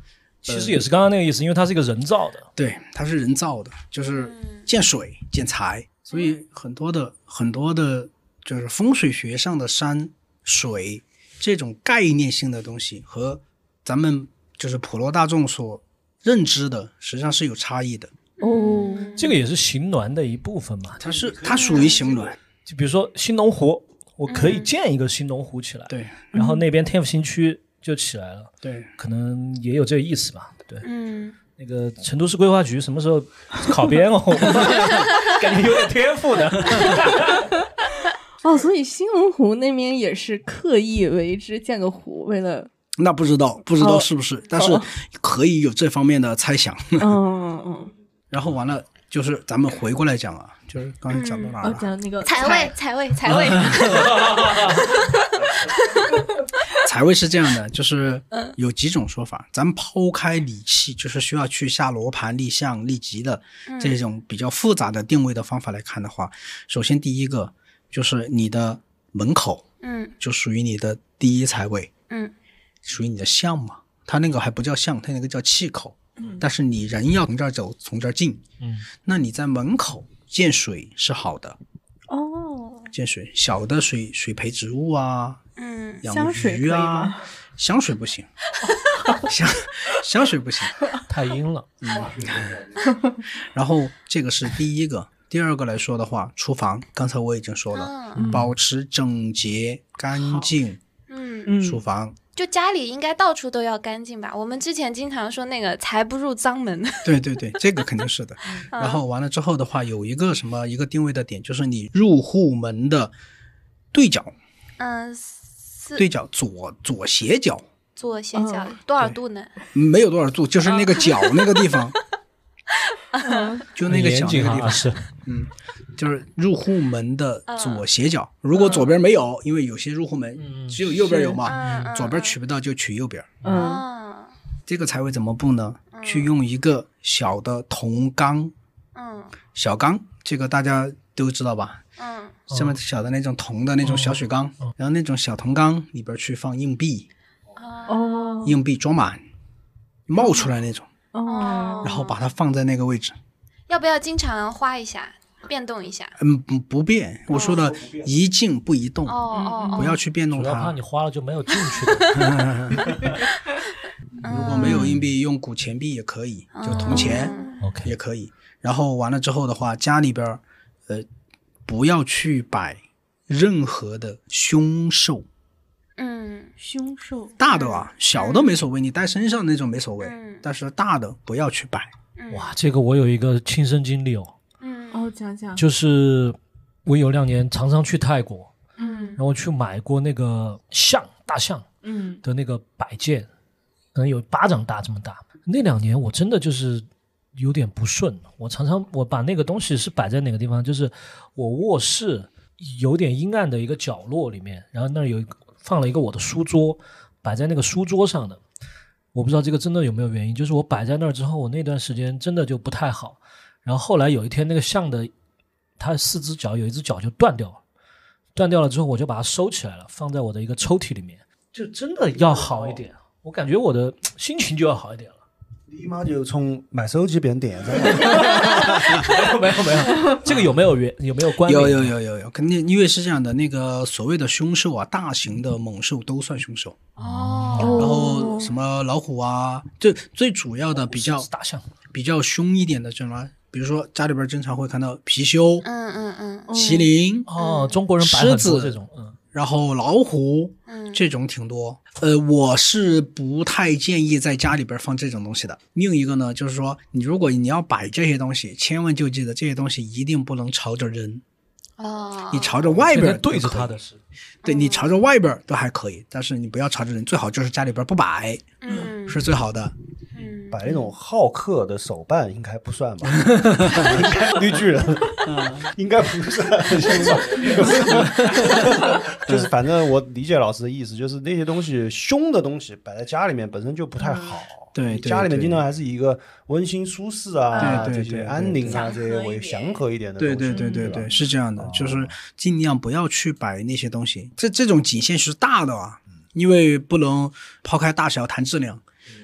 Speaker 2: 其实也是刚刚那个意思，因为它是一个人造的。
Speaker 7: 对，它是人造的，就是见水见财，所以很多的很多的，就是风水学上的山水这种概念性的东西和咱们就是普罗大众所认知的，实际上是有差异的。
Speaker 6: 哦，
Speaker 2: 这个也是形峦的一部分嘛，
Speaker 7: 它是它属于形峦，
Speaker 2: 就比如说新农湖，我可以建一个新农湖起来，
Speaker 7: 对
Speaker 2: 然后那边天府新区就起来了，
Speaker 7: 对，
Speaker 2: 可能也有这个意思吧。对，
Speaker 1: 嗯，
Speaker 2: 那个成都市规划局什么时候考编哦？ 感觉有点天赋的。
Speaker 6: 哦，所以兴隆湖那边也是刻意为之建个湖，为 了，
Speaker 7: 那不知道不知道
Speaker 6: 哦
Speaker 7: 是不是，但是
Speaker 6: 哦
Speaker 7: 可以有这方面的猜想。
Speaker 6: 嗯嗯嗯，
Speaker 7: 然后完了就是咱们回过来讲啊，就是刚才讲到哪儿
Speaker 6: 哦，
Speaker 7: 了？
Speaker 6: 讲那个
Speaker 1: 财位，财位，财位，
Speaker 7: 财位是这样 的，就是
Speaker 6: 嗯
Speaker 7: 有几种说法。咱们抛开理气，就是需要去下罗盘、立项、立吉的
Speaker 6: 嗯
Speaker 7: 这种比较复杂的定位的方法来看的话，首先第一个就是你的门口
Speaker 1: 嗯
Speaker 7: 就属于你的第一财位，
Speaker 1: 嗯，
Speaker 7: 属于你的相嘛。它那个还不叫相，它那个叫气口。
Speaker 6: 嗯
Speaker 7: 但是你人要从这儿走，从这儿进，
Speaker 2: 嗯，
Speaker 7: 那你在门口见水是好的，
Speaker 6: 哦，
Speaker 7: 见水小的水水培植物啊，
Speaker 1: 嗯
Speaker 7: 养
Speaker 6: 香水可
Speaker 7: 鱼
Speaker 6: 以
Speaker 7: 啊
Speaker 6: 吗，
Speaker 7: 香 水不行，香香水不行。
Speaker 2: 太阴了，
Speaker 7: 然后这个是第一个，第二个来说的话，厨房刚才我已经说了，
Speaker 1: 嗯
Speaker 7: 保持整洁干净，
Speaker 1: 嗯
Speaker 6: 嗯
Speaker 7: 书房，
Speaker 1: 就家里应该到处都要干净吧？我们之前经常说那个“财不入脏门
Speaker 7: 对对对，这个肯定是的。
Speaker 1: 嗯
Speaker 7: 然后完了之后的话，有一个什么一个定位的点，就是你入户门的对角，”，
Speaker 1: 嗯，四
Speaker 7: 对角左左斜角，
Speaker 1: 左斜角多少度呢？
Speaker 7: 没有多少度，就是那个角那个地 方，就那个
Speaker 2: 严
Speaker 7: 角那
Speaker 2: 谨
Speaker 7: 个
Speaker 2: 啊
Speaker 7: 地方，
Speaker 2: 是
Speaker 7: 就是入户门的左斜角。
Speaker 1: 嗯
Speaker 7: 如果左边没有，因为有些入户门
Speaker 2: 嗯
Speaker 7: 只有右边有
Speaker 1: 是嗯
Speaker 7: 嘛，
Speaker 1: 嗯
Speaker 7: 左边取不到就取右边。
Speaker 6: 嗯
Speaker 1: 嗯
Speaker 7: 这个财位怎么布呢？去用一个小的铜缸，
Speaker 1: 嗯
Speaker 7: 小缸，这个大家都知道吧？
Speaker 1: 嗯
Speaker 7: 上面小的那种铜的那种小水缸，然后那种小铜缸里边去放硬币，
Speaker 1: 嗯
Speaker 6: 哦
Speaker 7: 硬币装满，冒出来那种，
Speaker 6: 哦，
Speaker 1: 嗯
Speaker 7: 然后把它放在那个位置。
Speaker 1: 要不要经常花一下，变动一下？
Speaker 7: 嗯，不不变，我说的一静不移动
Speaker 1: 哦，哦哦，
Speaker 7: 嗯不要去变动
Speaker 2: 主要怕
Speaker 7: 它
Speaker 2: 你。花了就没有进去的。
Speaker 1: 嗯
Speaker 7: 如果没有硬币，用古钱币也可以，就铜钱
Speaker 1: 嗯
Speaker 2: OK，
Speaker 7: 也可以。然后完了之后的话，家里边儿呃不要去摆任何的凶兽，
Speaker 1: 嗯
Speaker 6: 凶兽
Speaker 7: 大的啊，小的没所谓，你带身上那种没所谓
Speaker 1: 嗯，
Speaker 7: 但是大的不要去摆。
Speaker 2: 哇，这个我有一个亲身经历哦，
Speaker 1: 嗯
Speaker 6: 哦，讲讲
Speaker 2: 就是我有两年常常去泰国，
Speaker 1: 嗯
Speaker 2: 然后去买过那个象大象
Speaker 6: 嗯
Speaker 2: 的那个摆件，可能有巴掌大这么大。那两年我真的就是有点不顺，我常常我把那个东西是摆在哪个地方，就是我卧室有点阴暗的一个角落里面，然后那儿有一个放了一个我的书桌，摆在那个书桌上的。我不知道这个真的有没有原因，就是我摆在那儿之后，我那段时间真的就不太好。然后后来有一天，那个象的它四只脚有一只脚就断掉了，断掉了之后，我就把它收起来了，放在我的一个抽屉里面，就真的要好一点。我感觉我的心情就要好一点了。
Speaker 8: 立马就从买手机变电，
Speaker 2: 没有没有没有，这个有没有原有没有关联？
Speaker 7: 有有有有有，肯定因为是这样的，那个所谓的凶兽啊，大型的猛兽都算凶兽，
Speaker 1: 哦
Speaker 7: 然后什么老虎啊，最最主要的比较
Speaker 2: 是大象，
Speaker 7: 比较凶一点的什么，比如说家里边经常会看到貔貅、
Speaker 1: 嗯嗯嗯
Speaker 7: 麒麟，
Speaker 2: 哦，中国人摆很
Speaker 7: 狮
Speaker 2: 多
Speaker 7: 子
Speaker 2: 这种，嗯，
Speaker 7: 然后老虎
Speaker 1: 嗯
Speaker 7: 这种挺多。呃，我是不太建议在家里边放这种东西的。另一个呢，就是说你如果你要摆这些东西，千万就记得这些东西一定不能朝着人，
Speaker 1: 哦
Speaker 7: 你朝着外边
Speaker 2: 这边对着它
Speaker 7: 的。
Speaker 2: 的是，
Speaker 7: 对你朝着外边儿都还可以，但是你不要朝着人，最好就是家里边儿不摆
Speaker 1: 嗯
Speaker 7: 是最好的。
Speaker 1: 嗯
Speaker 8: 摆那种好客的手办应该不算 吧？应该绿巨人，
Speaker 7: 嗯
Speaker 8: 应该不算，就是反正我理解老师的意思，就是那些东西凶的东西摆在家里面本身就不太好。
Speaker 7: 对对
Speaker 8: 家里面
Speaker 7: 对
Speaker 8: 经常还是以一个温馨舒适啊，
Speaker 7: 对对
Speaker 8: 这
Speaker 7: 对
Speaker 8: 些
Speaker 7: 对
Speaker 8: 安宁啊，这
Speaker 6: 对
Speaker 8: 些为祥和一点的东
Speaker 7: 对
Speaker 8: 西。
Speaker 7: 对对对
Speaker 8: 吧
Speaker 7: 对，是这样的，就是尽量不要去摆那些东西。这这种仅限是大的啊，因为不能抛开大小谈质量。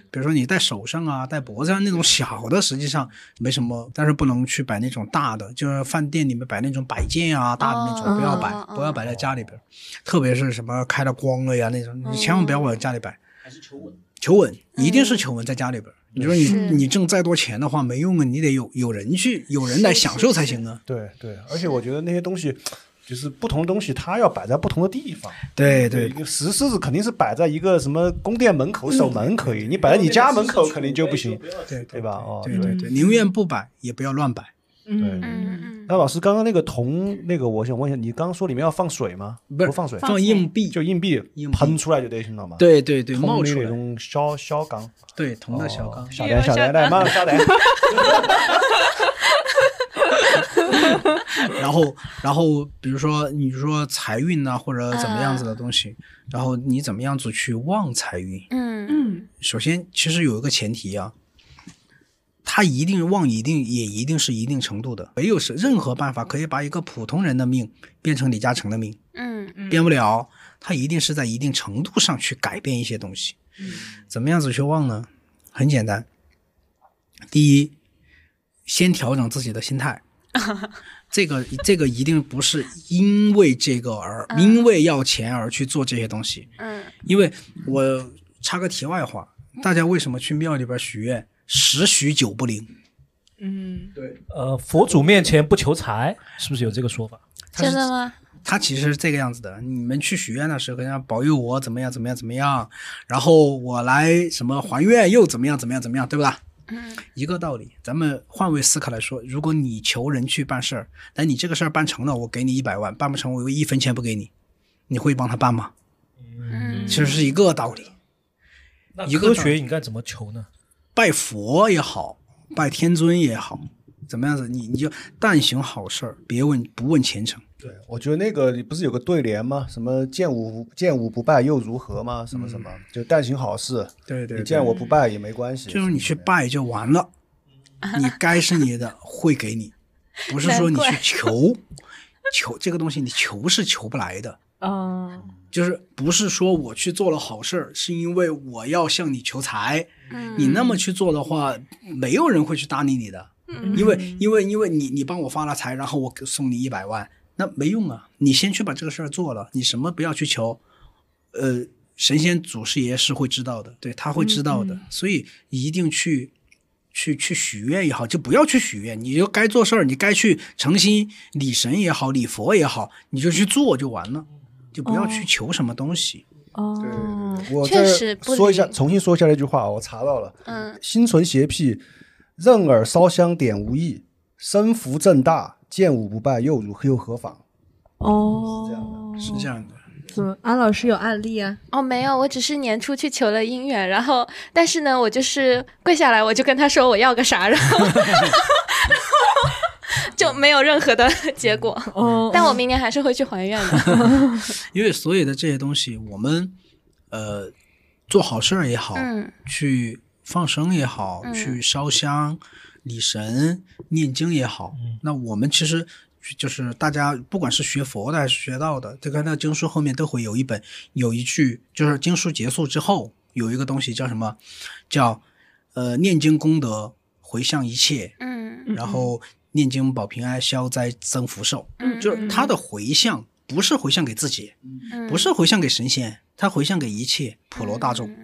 Speaker 7: 比如说你戴手上啊、戴脖子上那种小的，实际上没什么，但是不能去摆那种大的，就是饭店里面摆那种摆件啊、大的那种，
Speaker 1: 哦
Speaker 7: 不要摆
Speaker 1: 哦，哦
Speaker 7: 不要摆在家里边，特别是什么开了光了呀那种，你千万
Speaker 1: 哦
Speaker 7: 不要往家里摆。还是求稳，求稳一定是求稳在家里边。你说你
Speaker 1: 嗯是
Speaker 7: 你挣再多钱的话没用啊，你得有有人去，有人来享受才行啊。
Speaker 8: 对对，而且我觉得那些东西，就是不同的东西，它要摆在不同的地方。
Speaker 7: 对
Speaker 8: 对，一个石狮子肯定是摆在一个什么宫殿门口、守门可以，你摆在你家门口肯定就不行，
Speaker 7: 对
Speaker 8: 对吧？哦，
Speaker 7: 对对对，宁愿不摆也不要乱摆，
Speaker 6: 嗯
Speaker 1: 嗯嗯
Speaker 8: 那老师，刚刚那个铜那个，我想问一下，你刚刚说里面要放水吗？
Speaker 7: 不是
Speaker 8: 放水，
Speaker 7: 放硬币。
Speaker 8: 就硬币
Speaker 7: 硬币
Speaker 8: 喷出来就得行了嘛？，
Speaker 7: 对对对，
Speaker 8: 铜
Speaker 7: 冒
Speaker 8: 里
Speaker 7: 出
Speaker 8: 那
Speaker 7: 来，
Speaker 8: 种小小缸，
Speaker 7: 对铜的小缸
Speaker 8: 哦，下蛋下蛋来，马上下蛋。
Speaker 7: 然后然后比如说你说财运呐、或者怎么样子的东西，然后你怎么样子去旺财运？
Speaker 1: 嗯
Speaker 6: 嗯
Speaker 7: 首先，其实有一个前提啊，它一定旺，一定也一定是一定程度的，没有是任何办法可以把一个普通人的命变成李嘉诚的命，
Speaker 1: 嗯
Speaker 7: 变不了，它一定是在一定程度上去改变一些东西。怎么样子去旺呢？很简单，第一，先调整自己的心态。这个这个一定不是因为这个而因为要钱而去做这些东西，
Speaker 1: 嗯
Speaker 7: 因为我插个题外话，大家为什么去庙里边许愿十许九不灵？
Speaker 6: 嗯
Speaker 2: 呃，佛祖面前不求财，是不是有这个说法？
Speaker 1: 真的吗？
Speaker 7: 它其实是这个样子的。你们去许愿的时候，要保佑我怎么样怎么样怎么样，然后我来什么还愿又怎么样怎么样怎么样，对吧？一个道理，咱们换位思考来说，如果你求人去办事儿，但你这个事儿办成了，我给你一百万；办不成，我一分钱不给你，你会帮他办吗？
Speaker 1: 嗯
Speaker 7: 其实是一个道理。
Speaker 2: 那
Speaker 7: 一个道
Speaker 2: 科学应该怎么求呢？
Speaker 7: 拜佛也好，拜天尊也好，怎么样子，你你就但行好事儿，别问不问前程。
Speaker 8: 对，我觉得那个不是有个对联吗？什么见吾见吾不拜又如何吗？什么什么，就但行好事，
Speaker 7: 对对
Speaker 8: 你见我不拜也没关系。
Speaker 7: 就是你去拜就完了，你该是你的会给你，不是说你去求， 求这个东西你求是求不来的，
Speaker 6: 啊，
Speaker 7: 就是不是说我去做了好事儿，是因为我要向你求财，
Speaker 1: 嗯
Speaker 7: 你那么去做的话，没有人会去搭理你的，
Speaker 1: 嗯
Speaker 7: 因为因为因为你你帮我发了财，然后我给送你一百万，那没用啊，你先去把这个事儿做了，你什么不要去求，呃，神仙祖师爷是会知道的，对他会知道的，所以一定去。去去许愿也好，就不要去许愿，你就该做事儿，你该去诚心礼神也好，礼佛也好，你就去做就完了，就不要去求什么东西。
Speaker 6: 哦，
Speaker 8: 我
Speaker 1: 确
Speaker 8: 这
Speaker 1: 实不
Speaker 8: 说一下，
Speaker 1: 灵
Speaker 8: 重新说一下那句话，我查到了，
Speaker 1: 嗯，
Speaker 8: 心存邪僻，任尔烧香点无益，身福正大，见吾不拜又如又何妨？
Speaker 6: 哦，
Speaker 7: 是这样的，
Speaker 5: 怎么？安老师有案例啊？
Speaker 1: 哦，没有，我只是年初去求了姻缘，然后但是呢，我就是跪下来，我就跟他说我要个啥，然后 就没有任何的结果。
Speaker 2: 嗯
Speaker 6: 哦，
Speaker 1: 但我明年还是会去还愿 的。
Speaker 7: 因为所有的这些东西，我们呃做好事儿也好，
Speaker 1: 嗯
Speaker 7: 去放生也好，
Speaker 1: 嗯
Speaker 7: 去烧香、礼神、念经也好，那我们其实就是大家不管是学佛的还是学道的，这看到经书后面都会有一本有一句，就是经书结束之后有一个东西叫什么？叫呃念经功德回向一切，
Speaker 1: 嗯
Speaker 7: 然后念经保平安、消灾增福寿，
Speaker 1: 嗯，
Speaker 7: 就是它的回向不是回向给自己，
Speaker 1: 嗯
Speaker 7: 不是回向给神仙，它回向给一切普罗大
Speaker 1: 嗯
Speaker 7: 众，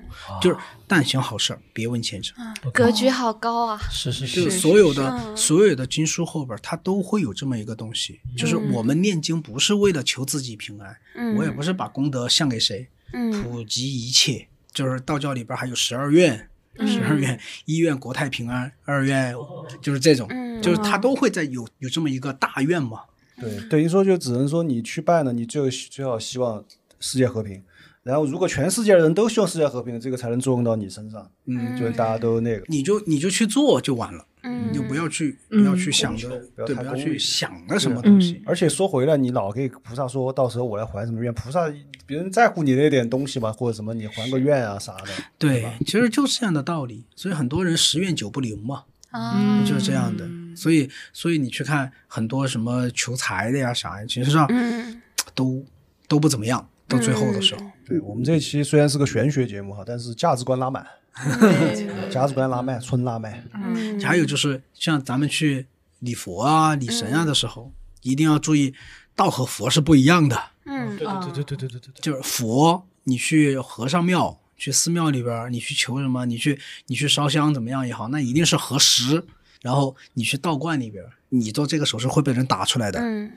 Speaker 7: 就是但行好事儿，别问前程。
Speaker 1: 格局好高啊。
Speaker 2: 是是，
Speaker 7: 就是所有
Speaker 1: 是啊是
Speaker 7: 的所有的经书后边儿，它都会有这么一个东西，就是我们念经不是为了求自己平安，
Speaker 1: 嗯，
Speaker 7: 我也不是把功德向给谁，
Speaker 1: 嗯
Speaker 7: 普及一切。就是道教里边儿还有十二愿，
Speaker 1: 嗯
Speaker 7: 十二愿一愿国泰平安，二愿就是这种，
Speaker 1: 嗯
Speaker 7: 就是它都会在有有这么一个大愿嘛。
Speaker 8: 对，等于说就只能说你去拜呢，你就最好希望世界和平。然后，如果全世界的人都希望世界和平，这个才能作用到你身上。
Speaker 7: 嗯，
Speaker 8: 就是大家都那个，
Speaker 7: 你就你就去做就完了，
Speaker 1: 嗯
Speaker 7: 你就不要去不要去想着
Speaker 8: 不要
Speaker 7: 对，
Speaker 8: 太
Speaker 7: 不要
Speaker 8: 功利
Speaker 7: 去想着什么东西。
Speaker 8: 而且说回来，你老给菩萨说到时候我来还什么愿，菩萨别人在乎你那点东西吗？或者什么你还个愿啊啥的。
Speaker 7: 对，其实就是这样的道理，所以很多人十愿九不灵嘛。
Speaker 1: 啊，
Speaker 7: 就是这样的。所以，所以你去看很多什么求财的呀啥呀，其实上
Speaker 1: 嗯
Speaker 7: 都都不怎么样，到最后的时候，
Speaker 8: 对我们这期虽然是个玄学节目哈，但是价值观拉满， 价值观拉麦，纯拉麦。
Speaker 1: 嗯
Speaker 7: 还有就是像咱们去礼佛啊、礼神啊的时候，一定要注意，道和佛是不一样的。
Speaker 1: 嗯
Speaker 2: 对对对对对对对对，
Speaker 7: 就是佛，你去和尚庙、去寺庙里边儿，你去求什么，你去你去烧香怎么样也好，那一定是合十。然后你去道观里边儿，你做这个手势会被人打出来的。
Speaker 1: 嗯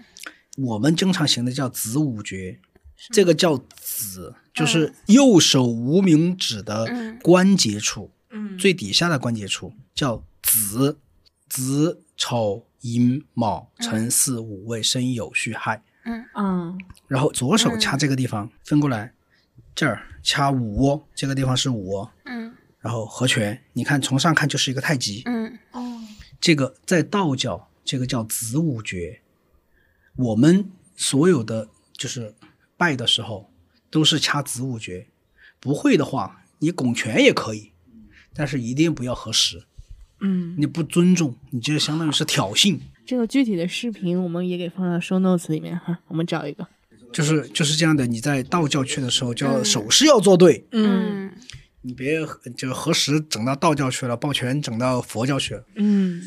Speaker 7: 我们经常行的叫子午诀，这个叫子，就是右手无名指的关节处，
Speaker 6: 嗯
Speaker 7: 最底下的关节处叫子，子丑寅卯辰巳午未申酉戌亥，
Speaker 6: 嗯
Speaker 7: 然后左手掐这个地方，分过来，这儿掐五窝，这个地方是五窝，
Speaker 1: 嗯
Speaker 7: 然后合拳，你看从上看就是一个太极，
Speaker 1: 嗯
Speaker 7: 这个在道教，这个叫子午诀。我们所有的就是拜的时候，都是掐子午诀。不会的话，你拱拳也可以，但是一定不要合十。
Speaker 6: 嗯，
Speaker 7: 你不尊重，你这相当于是挑衅，
Speaker 6: 这个具体的视频我们也给放到 show notes 里面哈，我们找一个。
Speaker 7: 就是就是这样的。你在道教去的时候，叫手势要做对，
Speaker 1: 嗯
Speaker 7: 你别就是合十整到道教去了，抱拳整到佛教去了。
Speaker 6: 嗯，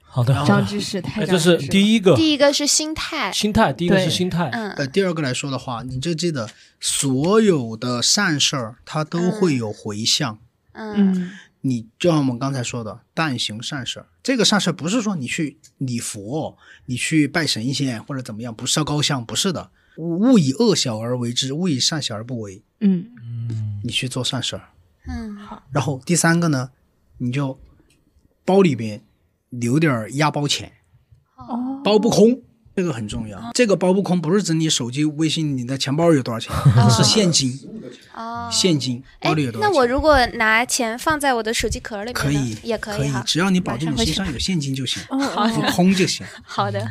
Speaker 2: 好的，好的
Speaker 6: 长知识，太
Speaker 2: 哎，
Speaker 6: 长知
Speaker 2: 这
Speaker 6: 识
Speaker 2: 是
Speaker 6: 了。
Speaker 2: 第一个
Speaker 1: 第一个是心态，
Speaker 2: 心态，第一个是
Speaker 6: 对
Speaker 2: 心态，
Speaker 1: 嗯
Speaker 7: 呃，第二个来说的话，你就记得所有的善事儿，它都会有回向。
Speaker 1: 嗯
Speaker 6: 嗯
Speaker 7: 你就像我们刚才说的，但行善事儿。这个善事儿不是说你去礼佛、你去拜神仙或者怎么样，不是烧高香，不是的。勿以恶小而为之，勿以善小而不为。
Speaker 6: 嗯，
Speaker 7: 你去做善事儿。
Speaker 1: 嗯，好，
Speaker 7: 然后第三个呢，你就包里边留点儿压包钱，
Speaker 6: 哦，
Speaker 7: 包不空，这个很重要。这个包不空不是指你手机、微信、你的钱包有多少钱，是现金，
Speaker 1: 哦，
Speaker 7: 现金
Speaker 1: 哎
Speaker 7: 包里有，多少
Speaker 1: 那
Speaker 7: 钱。
Speaker 1: 我如果拿钱放在我的手机壳里面呢，
Speaker 7: 可以，
Speaker 1: 也
Speaker 7: 可
Speaker 1: 以哈，
Speaker 7: 只要你保
Speaker 1: 马
Speaker 7: 证
Speaker 1: 上
Speaker 7: 你
Speaker 1: 回
Speaker 7: 身
Speaker 1: 去
Speaker 7: 上有现金就行，
Speaker 6: 哦哦
Speaker 7: 不空就行。
Speaker 1: 好的，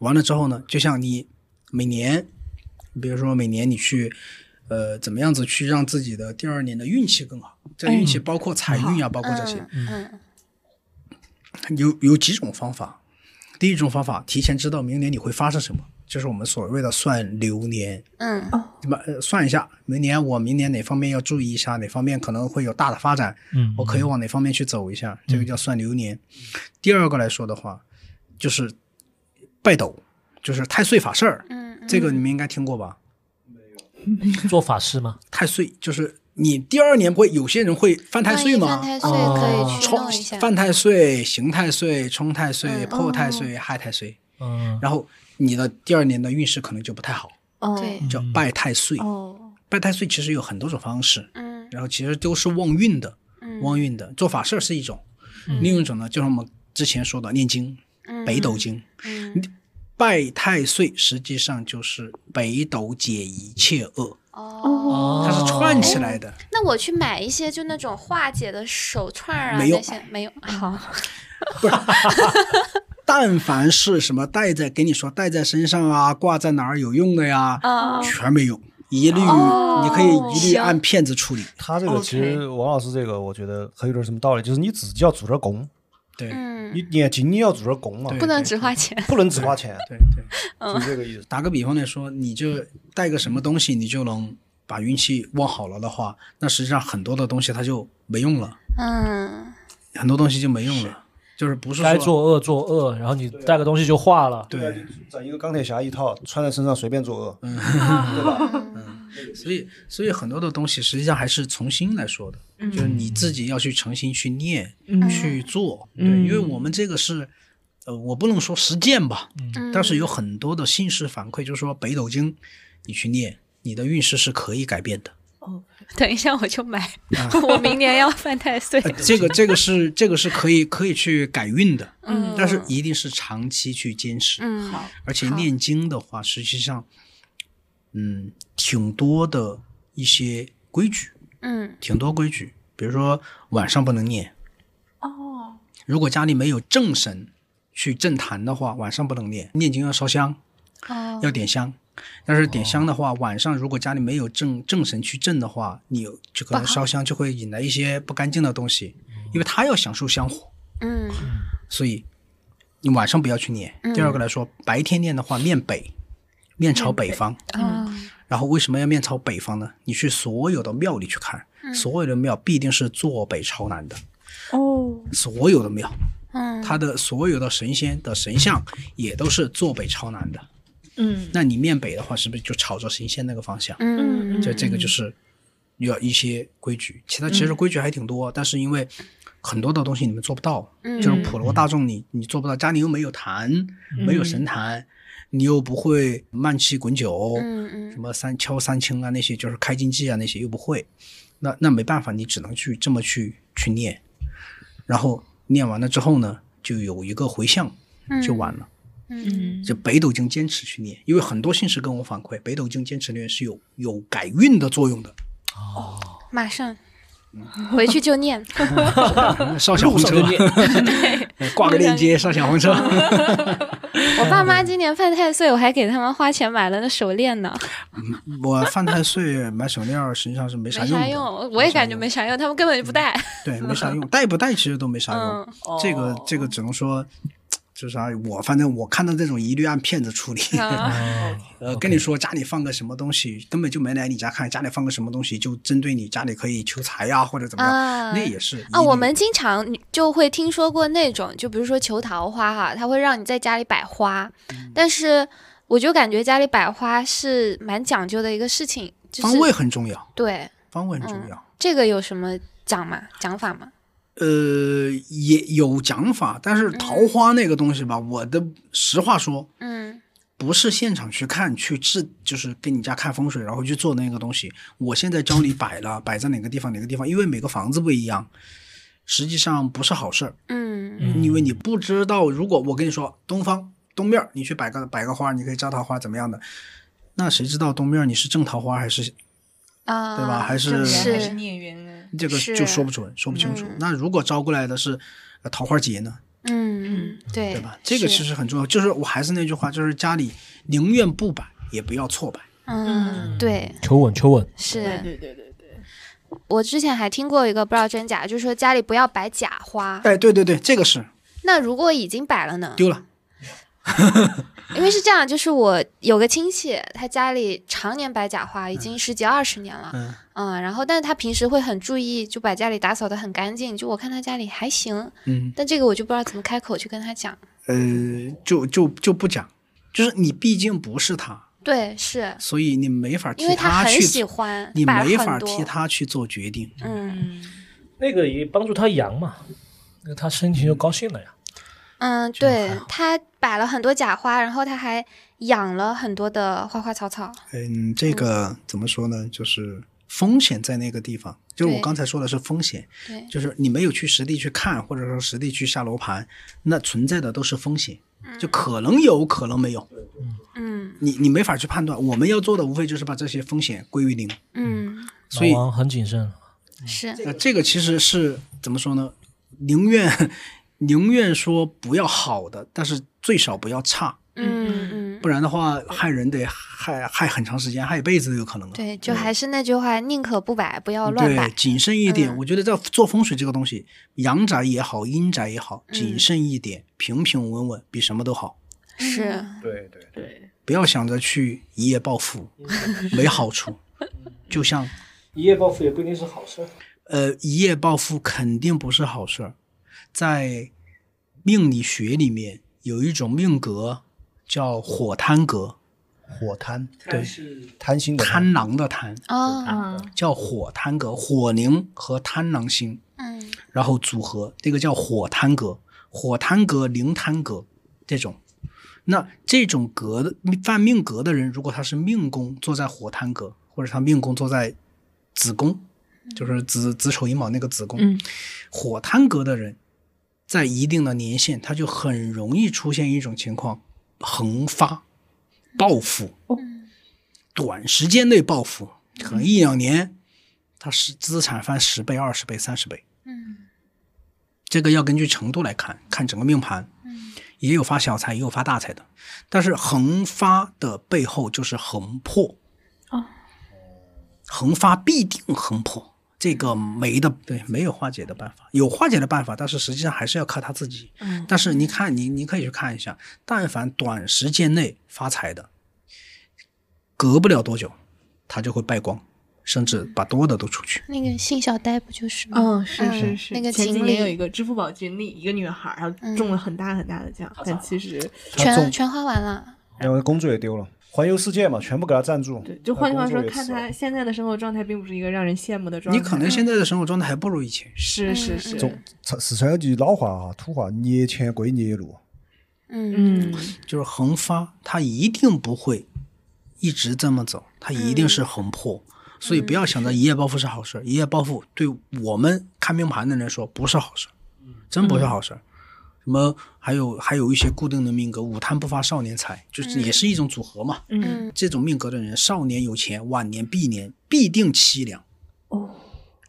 Speaker 7: 完了之后呢，就像你每年，比如说每年你去，呃，怎么样子去让自己的第二年的运气更好？这个运气包括财运啊，包括这些。
Speaker 1: 嗯嗯，
Speaker 7: 有有几种方法。第一种方法，提前知道明年你会发生什么，就是我们所谓的算流年。
Speaker 1: 嗯
Speaker 7: 那么、呃、算一下，明年我明年哪方面要注意一下，哪方面可能会有大的发展，
Speaker 2: 嗯
Speaker 7: 我可以往哪方面去走一下，这个叫算流年。第二个来说的话，就是拜斗，就是太岁法事儿，
Speaker 1: 嗯，
Speaker 7: 这个你们应该听过吧？
Speaker 2: 嗯做法事吗？
Speaker 7: 太岁就是你第二年不会有些人会犯太岁吗？哦
Speaker 1: 万一犯太岁可以去
Speaker 7: 冲
Speaker 1: 弄一下，
Speaker 7: 犯太岁、刑太岁、冲太岁、
Speaker 1: 嗯
Speaker 7: 破太岁、害太岁，
Speaker 2: 嗯，
Speaker 7: 然后你的第二年的运势可能就不太好，
Speaker 6: 哦，
Speaker 1: 对，
Speaker 7: 叫拜太岁。
Speaker 6: 哦，
Speaker 7: 拜太岁其实有很多种方式，
Speaker 1: 嗯
Speaker 7: 然后其实都是旺运的，
Speaker 1: 嗯，
Speaker 7: 旺运的做法事儿是一种，另一种呢，就是我们之前说的念经，
Speaker 1: 嗯
Speaker 7: 北斗，经。
Speaker 1: 嗯
Speaker 7: 拜太岁实际上就是北斗解一切恶，
Speaker 1: 哦，
Speaker 7: 它是串起来的。
Speaker 1: 那我去买一些就那种化解的手串啊，
Speaker 7: 没有
Speaker 1: 那些没有，好，
Speaker 7: 但凡是什么戴在给你说戴在身上啊，挂在哪儿有用的呀，
Speaker 1: 啊，
Speaker 7: 全没用，一律、
Speaker 1: 哦
Speaker 7: 你可以一律
Speaker 1: 行
Speaker 7: 按骗子处理。
Speaker 8: 他这个其实王老师这个，我觉得很有点什么道理，就是你自己要组织拱，
Speaker 7: 对、
Speaker 1: 嗯，
Speaker 8: 你眼睛你要组织拱嘛
Speaker 7: 对，
Speaker 1: 不能只花钱，
Speaker 8: 不能只花钱，
Speaker 7: 对对，
Speaker 8: 就 这个意思。
Speaker 7: 打个比方来说，你就带个什么东西，你就能把运气旺好了的话，那实际上很多的东西它就没用了，
Speaker 1: 嗯，
Speaker 7: 很多东西就没用了，就是不是
Speaker 2: 该
Speaker 7: 说啊
Speaker 2: 作恶作恶，然后你带个东西就化了。
Speaker 7: 对，
Speaker 8: 整一个钢铁侠一套，穿在身上随便作恶。
Speaker 9: 嗯
Speaker 7: 所以所以很多的东西实际上还是从心来说的，
Speaker 1: 嗯
Speaker 7: 就是你自己要去诚心去念、去做，
Speaker 1: 嗯
Speaker 7: 对，因为我们这个是。呃，我不能说实践吧，
Speaker 1: 嗯
Speaker 7: 但是有很多的信息反馈，就是说北斗经，你去念，你的运势是可以改变的。
Speaker 1: 等一下我就买，
Speaker 7: 啊
Speaker 1: 我明年要犯太岁
Speaker 7: 呃，这个这个是 这个是可以可以去改运的，
Speaker 1: 嗯
Speaker 7: 但是一定是长期去坚持，
Speaker 1: 嗯，好，
Speaker 7: 而且念经的话，实际上，嗯，挺多的一些规矩，
Speaker 1: 嗯
Speaker 7: 挺多规矩，比如说晚上不能念，哦，如果家里没有正神去正坛的话，晚上不能念，念经要烧香，
Speaker 1: 哦，
Speaker 7: 要点香。但是点香的话，晚上如果家里没有正正神去正的话，你有就可能烧香就会引来一些不干净的东西，因为他要享受香火，
Speaker 1: 嗯
Speaker 7: 所以你晚上不要去念。第二个来说，白天念的话，面北，面朝北方。
Speaker 1: 哦，
Speaker 7: 然后为什么要面朝北方呢？你去所有的庙里去看，所有的庙必定是坐北朝南的，
Speaker 6: 哦，
Speaker 7: 所有的庙，
Speaker 1: 嗯
Speaker 7: 它的所有的神仙的神像也都是坐北朝南的。
Speaker 6: 嗯，
Speaker 7: 那你面北的话，是不是就朝着神仙那个方向？
Speaker 1: 嗯
Speaker 7: 这这个就是要一些规矩，其他其实规矩还挺多，但是因为很多的东西你们做不到，
Speaker 1: 嗯
Speaker 7: 就是普罗大众你你做不到，家里又没有坛，没有神坛，你又不会慢气滚酒，
Speaker 1: 嗯嗯
Speaker 7: 什么三敲三清啊那些，就是开经记啊那些又不会，那那没办法，你只能去这么去去念，然后念完了之后呢，就有一个回向就完了。
Speaker 1: 嗯
Speaker 7: 就北斗经坚持去念，因为很多信使跟我反馈，北斗经坚持念是有有改运的作用的。
Speaker 1: 马上
Speaker 7: 嗯
Speaker 1: 回去就 念，
Speaker 7: 上小红车， 挂个链接上小红车。
Speaker 1: 我爸妈今年犯太岁，我还给他们花钱买了那手链呢，
Speaker 7: 我犯太岁买手链儿 实际上是没啥
Speaker 1: 没
Speaker 7: 用
Speaker 1: 啥
Speaker 7: 的，
Speaker 1: 用，我也感觉没啥用，他们根本就不戴。
Speaker 7: 对，没啥用，戴不戴其实都没啥用。
Speaker 1: 嗯
Speaker 7: 这个这个只能说，就是啥、我反正我看到这种一律按骗子处理。
Speaker 1: 啊
Speaker 7: 呃，跟你说家里放个什么东西，根本就没来你家看，家里放个什么东西就针对你家里可以求财呀、或者怎么样，
Speaker 1: 啊
Speaker 7: 那也是
Speaker 1: 啊，
Speaker 7: 一律
Speaker 1: 我们经常就会听说过那种，就比如说求桃花哈，它会让你在家里摆花，
Speaker 7: 嗯
Speaker 1: 但是我就感觉家里摆花是蛮讲究的一个事情，就是嗯
Speaker 7: 方位很重要，
Speaker 1: 对
Speaker 7: 方位很重要。
Speaker 1: 这个有什么讲嘛，讲法嘛。
Speaker 7: 呃，也有讲法，但是桃花那个东西吧，我的实话说，
Speaker 1: 嗯
Speaker 7: 不是现场去看去治，就是跟你家看风水，然后去做那个东西。我现在教你摆了，摆在哪个地方，哪个地方，因为每个房子不一样，实际上不是好事儿，
Speaker 1: 嗯
Speaker 2: 嗯
Speaker 7: 因为你不知道，如果我跟你说东方东面儿，你去摆个摆个花，你可以招桃花怎么样的，那谁知道东面儿你是正桃花还是
Speaker 1: 啊，
Speaker 7: 对吧还是
Speaker 1: 正
Speaker 7: 是
Speaker 9: 还是
Speaker 1: 是
Speaker 9: 孽缘呢？
Speaker 7: 这个
Speaker 1: 是
Speaker 7: 就说不准，说不清楚。
Speaker 1: 嗯
Speaker 7: 那如果招过来的是呃桃花劫呢？
Speaker 1: 嗯嗯，对
Speaker 7: 对吧？这个其
Speaker 1: 是
Speaker 7: 实很重要。就是我还是那句话，就是家里宁愿不摆，也不要错摆。
Speaker 1: 嗯对
Speaker 2: 求稳求稳，
Speaker 1: 是。
Speaker 7: 嗯
Speaker 6: 对对对对，
Speaker 1: 我之前还听过一个不知道真假，就是说家里不要摆假花。
Speaker 7: 哎，对对对，这个是
Speaker 1: 那如果已经摆了呢？
Speaker 7: 丢了。
Speaker 1: 因为是这样，就是我有个亲戚，他家里常年摆假花，已经十几二十年了。
Speaker 7: 嗯
Speaker 1: 嗯，然后但是他平时会很注意，就把家里打扫的很干净。就我看他家里还行，
Speaker 7: 嗯，
Speaker 1: 但这个我就不知道怎么开口去跟他讲。
Speaker 7: 呃，就就就不讲，就是你毕竟不是他，
Speaker 1: 对，是
Speaker 7: 所以你没法替
Speaker 1: 因为很
Speaker 7: 去
Speaker 1: 喜
Speaker 7: 做，
Speaker 1: 欢，
Speaker 7: 你
Speaker 1: 摆了
Speaker 7: 没
Speaker 1: 很
Speaker 7: 法
Speaker 1: 多
Speaker 7: 替。他去做决定。
Speaker 1: 嗯
Speaker 9: 嗯，
Speaker 2: 那个也帮助他阳嘛，那他心情就高兴了呀。
Speaker 1: 嗯，对他摆了很多假花，然后他还养了很多的花花草草。
Speaker 7: 嗯，这个怎么说呢？就是风险在那个地方，就是我
Speaker 1: 对
Speaker 7: 刚才说的是风险，
Speaker 1: 对，
Speaker 7: 就是你没有去实地去看，或者说实地去下楼盘，那存在的都是风险，就可能有可能没有。
Speaker 1: 嗯
Speaker 7: 你你没法去判断。我们要做的无非就是把这些风险归于零。
Speaker 1: 嗯，
Speaker 7: 所以
Speaker 2: 老王很谨慎，
Speaker 1: 是
Speaker 7: 呃，这个其实是怎么说呢？宁愿宁愿说不要好的，但是最少不要差，
Speaker 1: 嗯嗯，
Speaker 7: 不然的话害人得害害很长时间，害一辈子都有可能的。啊
Speaker 1: 对，就还是那句话，宁可不摆，不要乱
Speaker 7: 嗯对
Speaker 1: 摆，。
Speaker 7: 谨慎一点。
Speaker 1: 嗯
Speaker 7: 我觉得在做风水这个东西，阳宅也好，阴宅也好，谨
Speaker 1: 嗯
Speaker 7: 慎一点，平平稳稳比什么都好。
Speaker 1: 是，
Speaker 8: 对对，
Speaker 7: 不要想着去一夜暴富，没好处。就像
Speaker 2: 一夜暴富也不一定是好事。
Speaker 7: 呃，一夜暴富肯定不是好事儿。在命理学里面有一种命格叫火贪格，
Speaker 8: 火贪
Speaker 7: 对，
Speaker 8: 贪心的
Speaker 7: 贪狼的贪
Speaker 1: 哦，
Speaker 9: 啊，
Speaker 7: 叫火贪格，火宁和贪狼星，
Speaker 1: 嗯
Speaker 7: 然后组合，这个叫火贪格，火贪格、灵贪格这种。那这种格的犯命格的人，如果他是命宫坐在火贪格，或者他命宫坐在子宫，就是子子丑寅卯那个子宫，
Speaker 9: 嗯
Speaker 7: 火贪格的人，在一定的年限，他就很容易出现一种情况：横发、报复，短时间内报复，可能一两年，他是资产翻十倍、二十倍、三十倍。
Speaker 1: 嗯
Speaker 7: 这个要根据程度来看，看整个命盘，
Speaker 1: 嗯
Speaker 7: 也有发小财，也有发大财的。但是横发的背后就是横破，
Speaker 9: 哦，
Speaker 7: 横发必定横破，这个没
Speaker 9: 嗯
Speaker 7: 的，对，没有化解的办法，有化解的办法，但是实际上还是要靠他自己。
Speaker 9: 嗯
Speaker 7: 但是你看，你你可以去看一下，但凡短时间内发财的，隔不了多久，他就会败光，甚至把多的都出去。
Speaker 1: 那个性小呆不就是
Speaker 7: 哦
Speaker 9: 嗯，
Speaker 1: 吗？
Speaker 9: 是是是，
Speaker 1: 那个
Speaker 9: 前几
Speaker 1: 锦
Speaker 9: 年有
Speaker 1: 鲤
Speaker 9: 一个嗯支付宝锦鲤，一个女孩儿，然后中了很大很大的奖，但其实
Speaker 1: 全全花完了。
Speaker 8: 然后工作也丢了，环游世界嘛，全部给他赞助。
Speaker 9: 对，就换句话
Speaker 8: 工作
Speaker 9: 说，
Speaker 8: 也
Speaker 9: 看
Speaker 8: 辞了
Speaker 9: 她现在的生活状态，并不是一个让人羡慕的
Speaker 6: 啊
Speaker 9: 状态。
Speaker 7: 你可能现在的生活状态还不如以前。
Speaker 9: 是是是，
Speaker 8: 总四四川有句老话啊，土话，捏钱归捏路。
Speaker 1: 嗯
Speaker 9: 嗯
Speaker 7: 就是横发，它一定不会一直这么走，它一定是横破。所以不要想着一夜暴富是好事，一夜暴富对我们看命盘的人说不是好事，真不是好事。什么还有还有一些固定的命格，午贪不发少年财，就是也是一种组合嘛。
Speaker 9: 嗯
Speaker 1: 嗯
Speaker 7: 这种命格的人，少年有钱，晚年必年必定凄凉。
Speaker 9: 哦，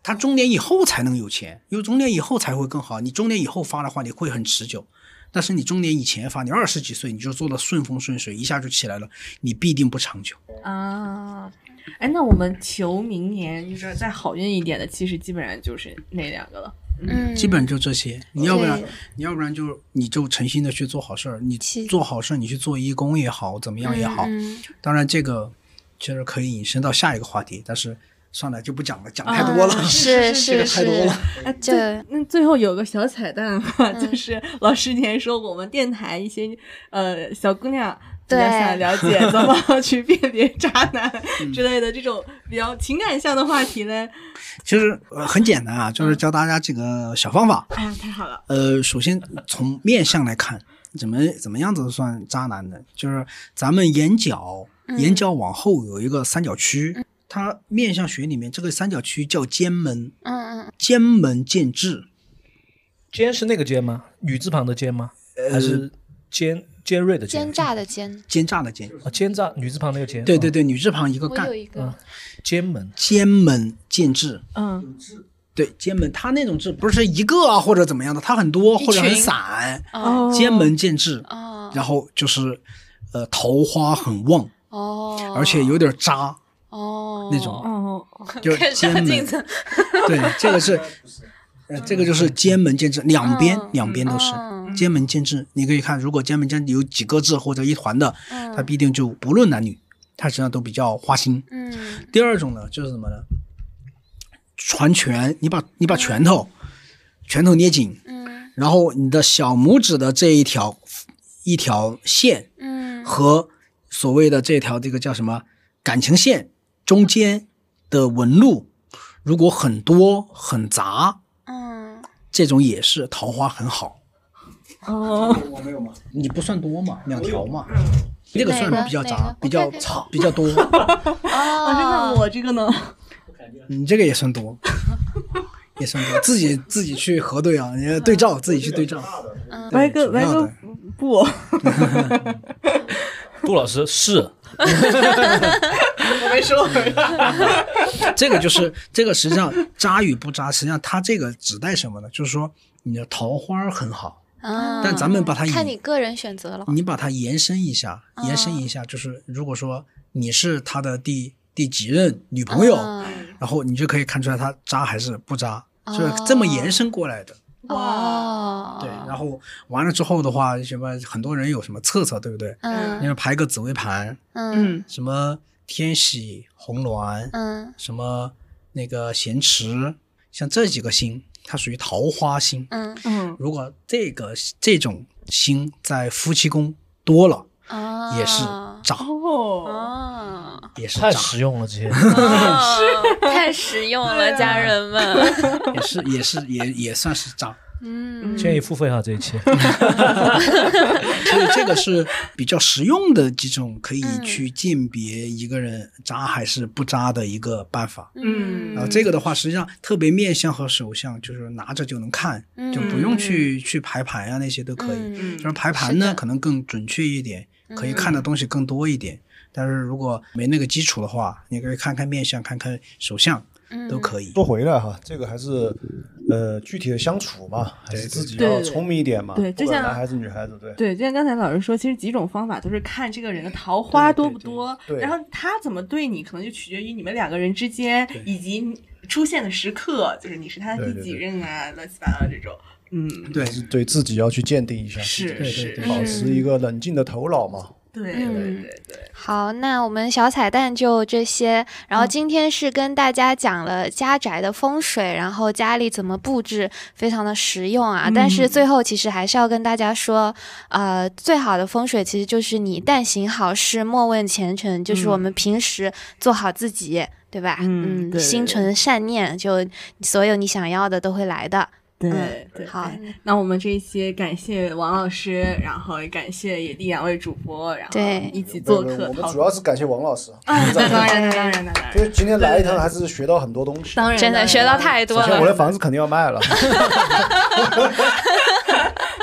Speaker 7: 他中年以后才能有钱，因为中年以后才会更好。你中年以后发的话，你会很持久。但是你中年以前发，你二十几岁你就做的顺风顺水，一下就起来了，你必定不长久。
Speaker 1: 嗯
Speaker 9: 啊。哎，那我们求明年就是再好运一点的，其实基本上就是那两个了。
Speaker 1: 嗯，
Speaker 7: 基本就这些。你要不然
Speaker 1: 对，
Speaker 7: 你要不然就你就诚心的去做好事儿，你
Speaker 1: 其
Speaker 7: 做好事儿，你去做义工也好，怎么样也好。
Speaker 1: 嗯
Speaker 7: 当然，这个其实可以引申到下一个话题，但是算了就不讲了，讲太多了。
Speaker 1: 嗯是
Speaker 7: 这
Speaker 1: 是
Speaker 7: 个太多
Speaker 1: 是
Speaker 7: 了，
Speaker 9: 哎，
Speaker 1: 这
Speaker 9: 对，那最后有个小
Speaker 6: 嗯
Speaker 9: 彩蛋哈，就是老师之前说过我们电台一些呃小姑娘
Speaker 6: 比较
Speaker 1: 对
Speaker 6: 想了解怎么去辨别渣 男之类的这种比较情感向的话题呢？
Speaker 7: 其实、呃、很简单啊，就是教大家几个小方法。
Speaker 6: 哎呀，太好了，
Speaker 7: 呃，首先从面相来看，怎么怎么样子算渣男呢？就是咱们眼角，
Speaker 1: 嗯
Speaker 7: 眼角往后有一个三角区，它面相学里面这个三角区叫尖门，
Speaker 1: 嗯嗯，
Speaker 7: 尖门见智。
Speaker 2: 尖是那个尖吗？女字旁的尖吗？
Speaker 7: 呃
Speaker 2: 还是尖尖锐的
Speaker 1: 奸
Speaker 2: 尖？
Speaker 1: 诈的奸，
Speaker 7: 奸诈的奸，
Speaker 2: 啊，奸诈，女字旁那个奸。
Speaker 7: 对对
Speaker 2: 啊，
Speaker 7: 对，女字旁一个
Speaker 1: 我
Speaker 7: 干
Speaker 1: 有，一个
Speaker 2: 嗯，奸门。
Speaker 7: 奸门见智，
Speaker 6: 嗯，
Speaker 7: 对，奸门，它那种智不是一个啊或者怎么样的，它很多
Speaker 9: 一
Speaker 7: 或者很
Speaker 9: 群
Speaker 7: 散，
Speaker 1: 哦
Speaker 7: 奸门见智，
Speaker 1: 哦
Speaker 7: 然后就是，呃，桃花很旺，
Speaker 1: 哦，
Speaker 7: 而且有点渣
Speaker 1: 哦
Speaker 7: 那种，
Speaker 6: 哦，
Speaker 7: 就是
Speaker 1: 照
Speaker 7: 奸门
Speaker 1: 镜，子，
Speaker 7: 对，这个是，呃，这个就是奸门见智，两边
Speaker 1: 嗯
Speaker 7: 两边都是
Speaker 1: 嗯
Speaker 7: 奸门见智。你可以看，如果奸门见智有几个字或者一团的，它
Speaker 1: 嗯
Speaker 7: 必定就不论男女，它实际上都比较花心。
Speaker 1: 嗯
Speaker 7: 第二种呢，就是什么呢？传拳，你把你把拳头，拳头捏紧，
Speaker 1: 嗯
Speaker 7: 然后你的小拇指的这一条一条线
Speaker 1: 嗯
Speaker 7: 和所谓的这条这个叫什么感情线中间的纹路，如果很多很杂，
Speaker 1: 嗯，
Speaker 7: 这种也是桃花很好。
Speaker 6: 哦，
Speaker 7: 你不算多嘛，两条嘛，那个算
Speaker 1: 哪个
Speaker 7: 比较
Speaker 1: 哪
Speaker 7: 杂
Speaker 1: 个，
Speaker 7: 比较
Speaker 1: 我看
Speaker 7: 比较多，
Speaker 6: 啊，这
Speaker 1: 哦，
Speaker 6: 个我这个呢，
Speaker 7: 你这个也算多，也算多，自己自己去核对啊，你对照自己去对照。
Speaker 6: 歪哥歪
Speaker 7: 要
Speaker 6: 哥
Speaker 7: 的
Speaker 6: 不，
Speaker 2: 杜老师是
Speaker 6: 我没说，
Speaker 7: 这个就是这个，实际上渣与不渣，实际上它这个指代什么呢？就是说你的桃花很好，
Speaker 1: 啊
Speaker 7: 但咱们把它
Speaker 1: 看你
Speaker 7: 引，
Speaker 1: 个人选择了，
Speaker 7: 你把它延伸一下，
Speaker 1: 嗯
Speaker 7: 延伸一下，就是如果说你是他的第第几任女朋友，
Speaker 1: 嗯
Speaker 7: 然后你就可以看出来他渣还是不渣，
Speaker 1: 哦
Speaker 7: 就是这么延伸过来的。
Speaker 6: 哇，
Speaker 1: 哦，
Speaker 7: 对，然后完了之后的话，什么很多人有什么测测，对不对？你
Speaker 1: 嗯
Speaker 7: 要排个紫微盘，
Speaker 1: 嗯
Speaker 6: 嗯，
Speaker 7: 什么天喜、红鸾，
Speaker 1: 嗯
Speaker 7: 什么那个咸池，像这几个星，它属于桃花星。
Speaker 1: 嗯
Speaker 6: 嗯，
Speaker 7: 如果这个这种星在夫妻宫多了，
Speaker 1: 啊，
Speaker 7: 也是渣，
Speaker 6: 哦，
Speaker 1: 哦，
Speaker 7: 也是
Speaker 2: 太
Speaker 7: 渣，
Speaker 2: 实用了，这 些。
Speaker 6: 哦
Speaker 1: 是 太实用了，家人
Speaker 6: 啊
Speaker 1: 们。
Speaker 7: 也是也是也也算是渣。
Speaker 1: 嗯
Speaker 2: 建议付费哈这一
Speaker 7: 所
Speaker 2: 期。
Speaker 7: 以这个是比较实用的几种可以
Speaker 1: 嗯
Speaker 7: 去鉴别一个人渣还是不渣的一个办法。
Speaker 1: 嗯
Speaker 7: 然后这个的话，实际上特别面相和手相，就是拿着就能看，
Speaker 6: 嗯
Speaker 7: 就不用去去排盘啊那些都可以。
Speaker 1: 嗯
Speaker 7: 就是排盘
Speaker 1: 是
Speaker 7: 呢，
Speaker 1: 的嗯
Speaker 7: 可能更准确一点，可以看的东西更多一点。但是如果没那个基础的话，你可以看看面相，看看手相
Speaker 1: 嗯
Speaker 7: 都可以。
Speaker 8: 说回来哈，这个还是呃具体的相处嘛，还是自己
Speaker 6: 对
Speaker 8: 要
Speaker 6: 对
Speaker 8: 聪明一点嘛，
Speaker 6: 对
Speaker 8: 不
Speaker 6: 就
Speaker 8: 管
Speaker 6: 像
Speaker 8: 男孩子女孩子，对。
Speaker 6: 对，就像刚才老师说，其实几种方法都是看这个人的桃花多不多，
Speaker 8: 对对对
Speaker 6: 然后他怎么对你，可能就取决于你们两个人之间以及你出现的时刻，就是你是他的
Speaker 8: 对
Speaker 6: 第
Speaker 8: 对
Speaker 6: 几
Speaker 8: 对
Speaker 6: 任啊，乱七八糟这种。嗯，
Speaker 7: 对
Speaker 8: 还是对自己要去鉴定一下，
Speaker 6: 是
Speaker 8: 自己
Speaker 6: 是
Speaker 8: 保持一个冷静的头脑嘛。
Speaker 6: 对
Speaker 1: 嗯
Speaker 6: 对对对，
Speaker 1: 好，那我们小彩蛋就这些。然后
Speaker 6: 嗯
Speaker 1: 今天是跟大家讲了家宅的风水，然后家里怎么布置，非常的实用
Speaker 6: 嗯
Speaker 1: 啊。但是最后其实还是要跟大家说，呃，最好的风水其实就是你但行好事，莫问前程，就是我们平时做好自己，对吧？
Speaker 6: 嗯对对
Speaker 1: 心
Speaker 6: 对
Speaker 1: 存善念，就所有你想要的都会来的。
Speaker 6: 对
Speaker 1: 嗯
Speaker 6: 对，
Speaker 1: 好，
Speaker 8: 哎
Speaker 6: 那我们这一期感谢王老师，然后也感谢野地两位主播，然后
Speaker 1: 对
Speaker 6: 一起做
Speaker 8: 不
Speaker 6: 客
Speaker 8: 不我
Speaker 6: 讨
Speaker 8: 们主要是感谢王老师，
Speaker 6: 啊， 那当然，那当然，那当
Speaker 8: 因
Speaker 6: 然，
Speaker 8: 为今天来一趟还是学到很多东西。
Speaker 6: 当然
Speaker 1: 真的学到
Speaker 6: 太。
Speaker 1: 太多
Speaker 8: 首先，
Speaker 1: 了
Speaker 8: 我。的房子肯定要卖 了。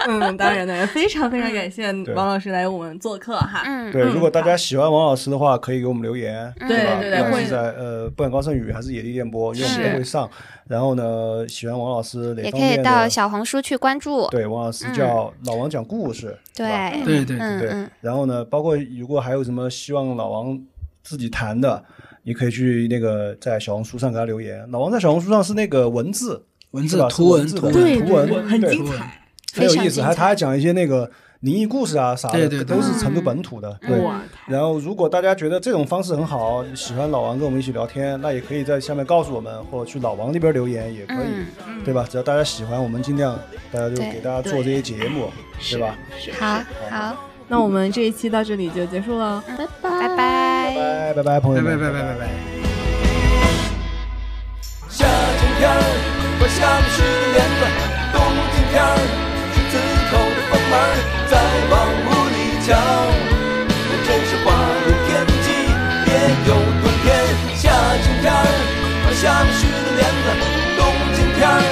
Speaker 6: 嗯，当然，当然，非常非常感谢
Speaker 8: 嗯对
Speaker 6: 王老师来我们做客哈。
Speaker 1: 嗯，
Speaker 8: 对，如果大家喜欢王老师的话，可以给我们留言，
Speaker 6: 对
Speaker 8: 吧？
Speaker 6: 嗯对
Speaker 8: 不
Speaker 6: 对
Speaker 8: 管
Speaker 6: 会
Speaker 8: 是在呃不管高胜宇还是野地电波，因为我们都会上。然后呢，喜欢王老师哪
Speaker 1: 也
Speaker 8: 方
Speaker 1: 可以
Speaker 8: 面
Speaker 1: 到
Speaker 8: 的？
Speaker 1: 小红书去关注。
Speaker 8: 对，王老师
Speaker 1: 嗯
Speaker 8: 叫老王讲故事，是吧
Speaker 1: 对
Speaker 7: 对对对，
Speaker 1: 嗯
Speaker 8: 对
Speaker 1: 嗯，
Speaker 8: 然后呢，包括如果还有什么希望老王自己谈的，你可以去那个在小红书上给他留言。老王在小红书上是那个文字，
Speaker 7: 文
Speaker 8: 是
Speaker 7: 字
Speaker 8: 吧
Speaker 7: 图文
Speaker 8: 是
Speaker 7: 图
Speaker 8: 文字
Speaker 7: 文，
Speaker 8: 对图文
Speaker 6: 很
Speaker 8: 对
Speaker 6: 精
Speaker 7: 图文
Speaker 6: 彩，
Speaker 8: 很有意
Speaker 1: 非常
Speaker 8: 思，
Speaker 1: 精
Speaker 8: 还
Speaker 1: 彩
Speaker 8: 他还讲一些那个灵异故事啊啥的，
Speaker 7: 对对对
Speaker 1: 嗯
Speaker 8: 都是成都本土的。对。
Speaker 6: 哇！
Speaker 8: 然后，如果大家觉得这种方式很好，喜欢老王跟我们一起聊天，那也可以在下面告诉我们，或者去老王那边留言也可以，
Speaker 1: 嗯
Speaker 8: 对吧？只要大家喜欢，我们尽量大家就
Speaker 1: 对
Speaker 8: 给大家做这些节目，对吧？
Speaker 1: 好好，
Speaker 6: 那我们这一期到这里就结束了。
Speaker 1: 拜拜拜拜。
Speaker 8: 拜拜拜，朋
Speaker 7: 拜
Speaker 8: 友
Speaker 7: 拜
Speaker 8: 们，
Speaker 7: 拜拜拜拜。
Speaker 4: 夏天天儿和下面是个帘子，冬天天儿是紫口的房门儿，再往屋里瞧，真是花有天际，别有洞天。夏天天儿和下面是个帘子，冬天天儿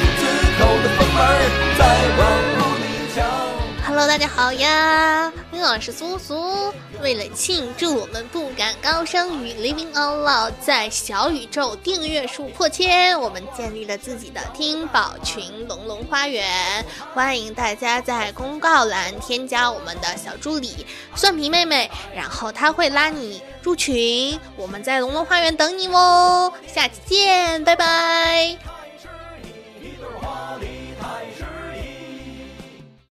Speaker 4: 是紫口的房门儿，再往屋里瞧。
Speaker 10: Hello，大家好呀！我是苏苏。为了庆祝我们不敢高声与 Living Out Loud 在小宇宙订阅数破千，我们建立了自己的听宝群“龙龙花园”，欢迎大家在公告栏添加我们的小助理蒜皮妹妹，然后她会拉你入群。我们在龙龙花园等你哦！下期见，拜拜。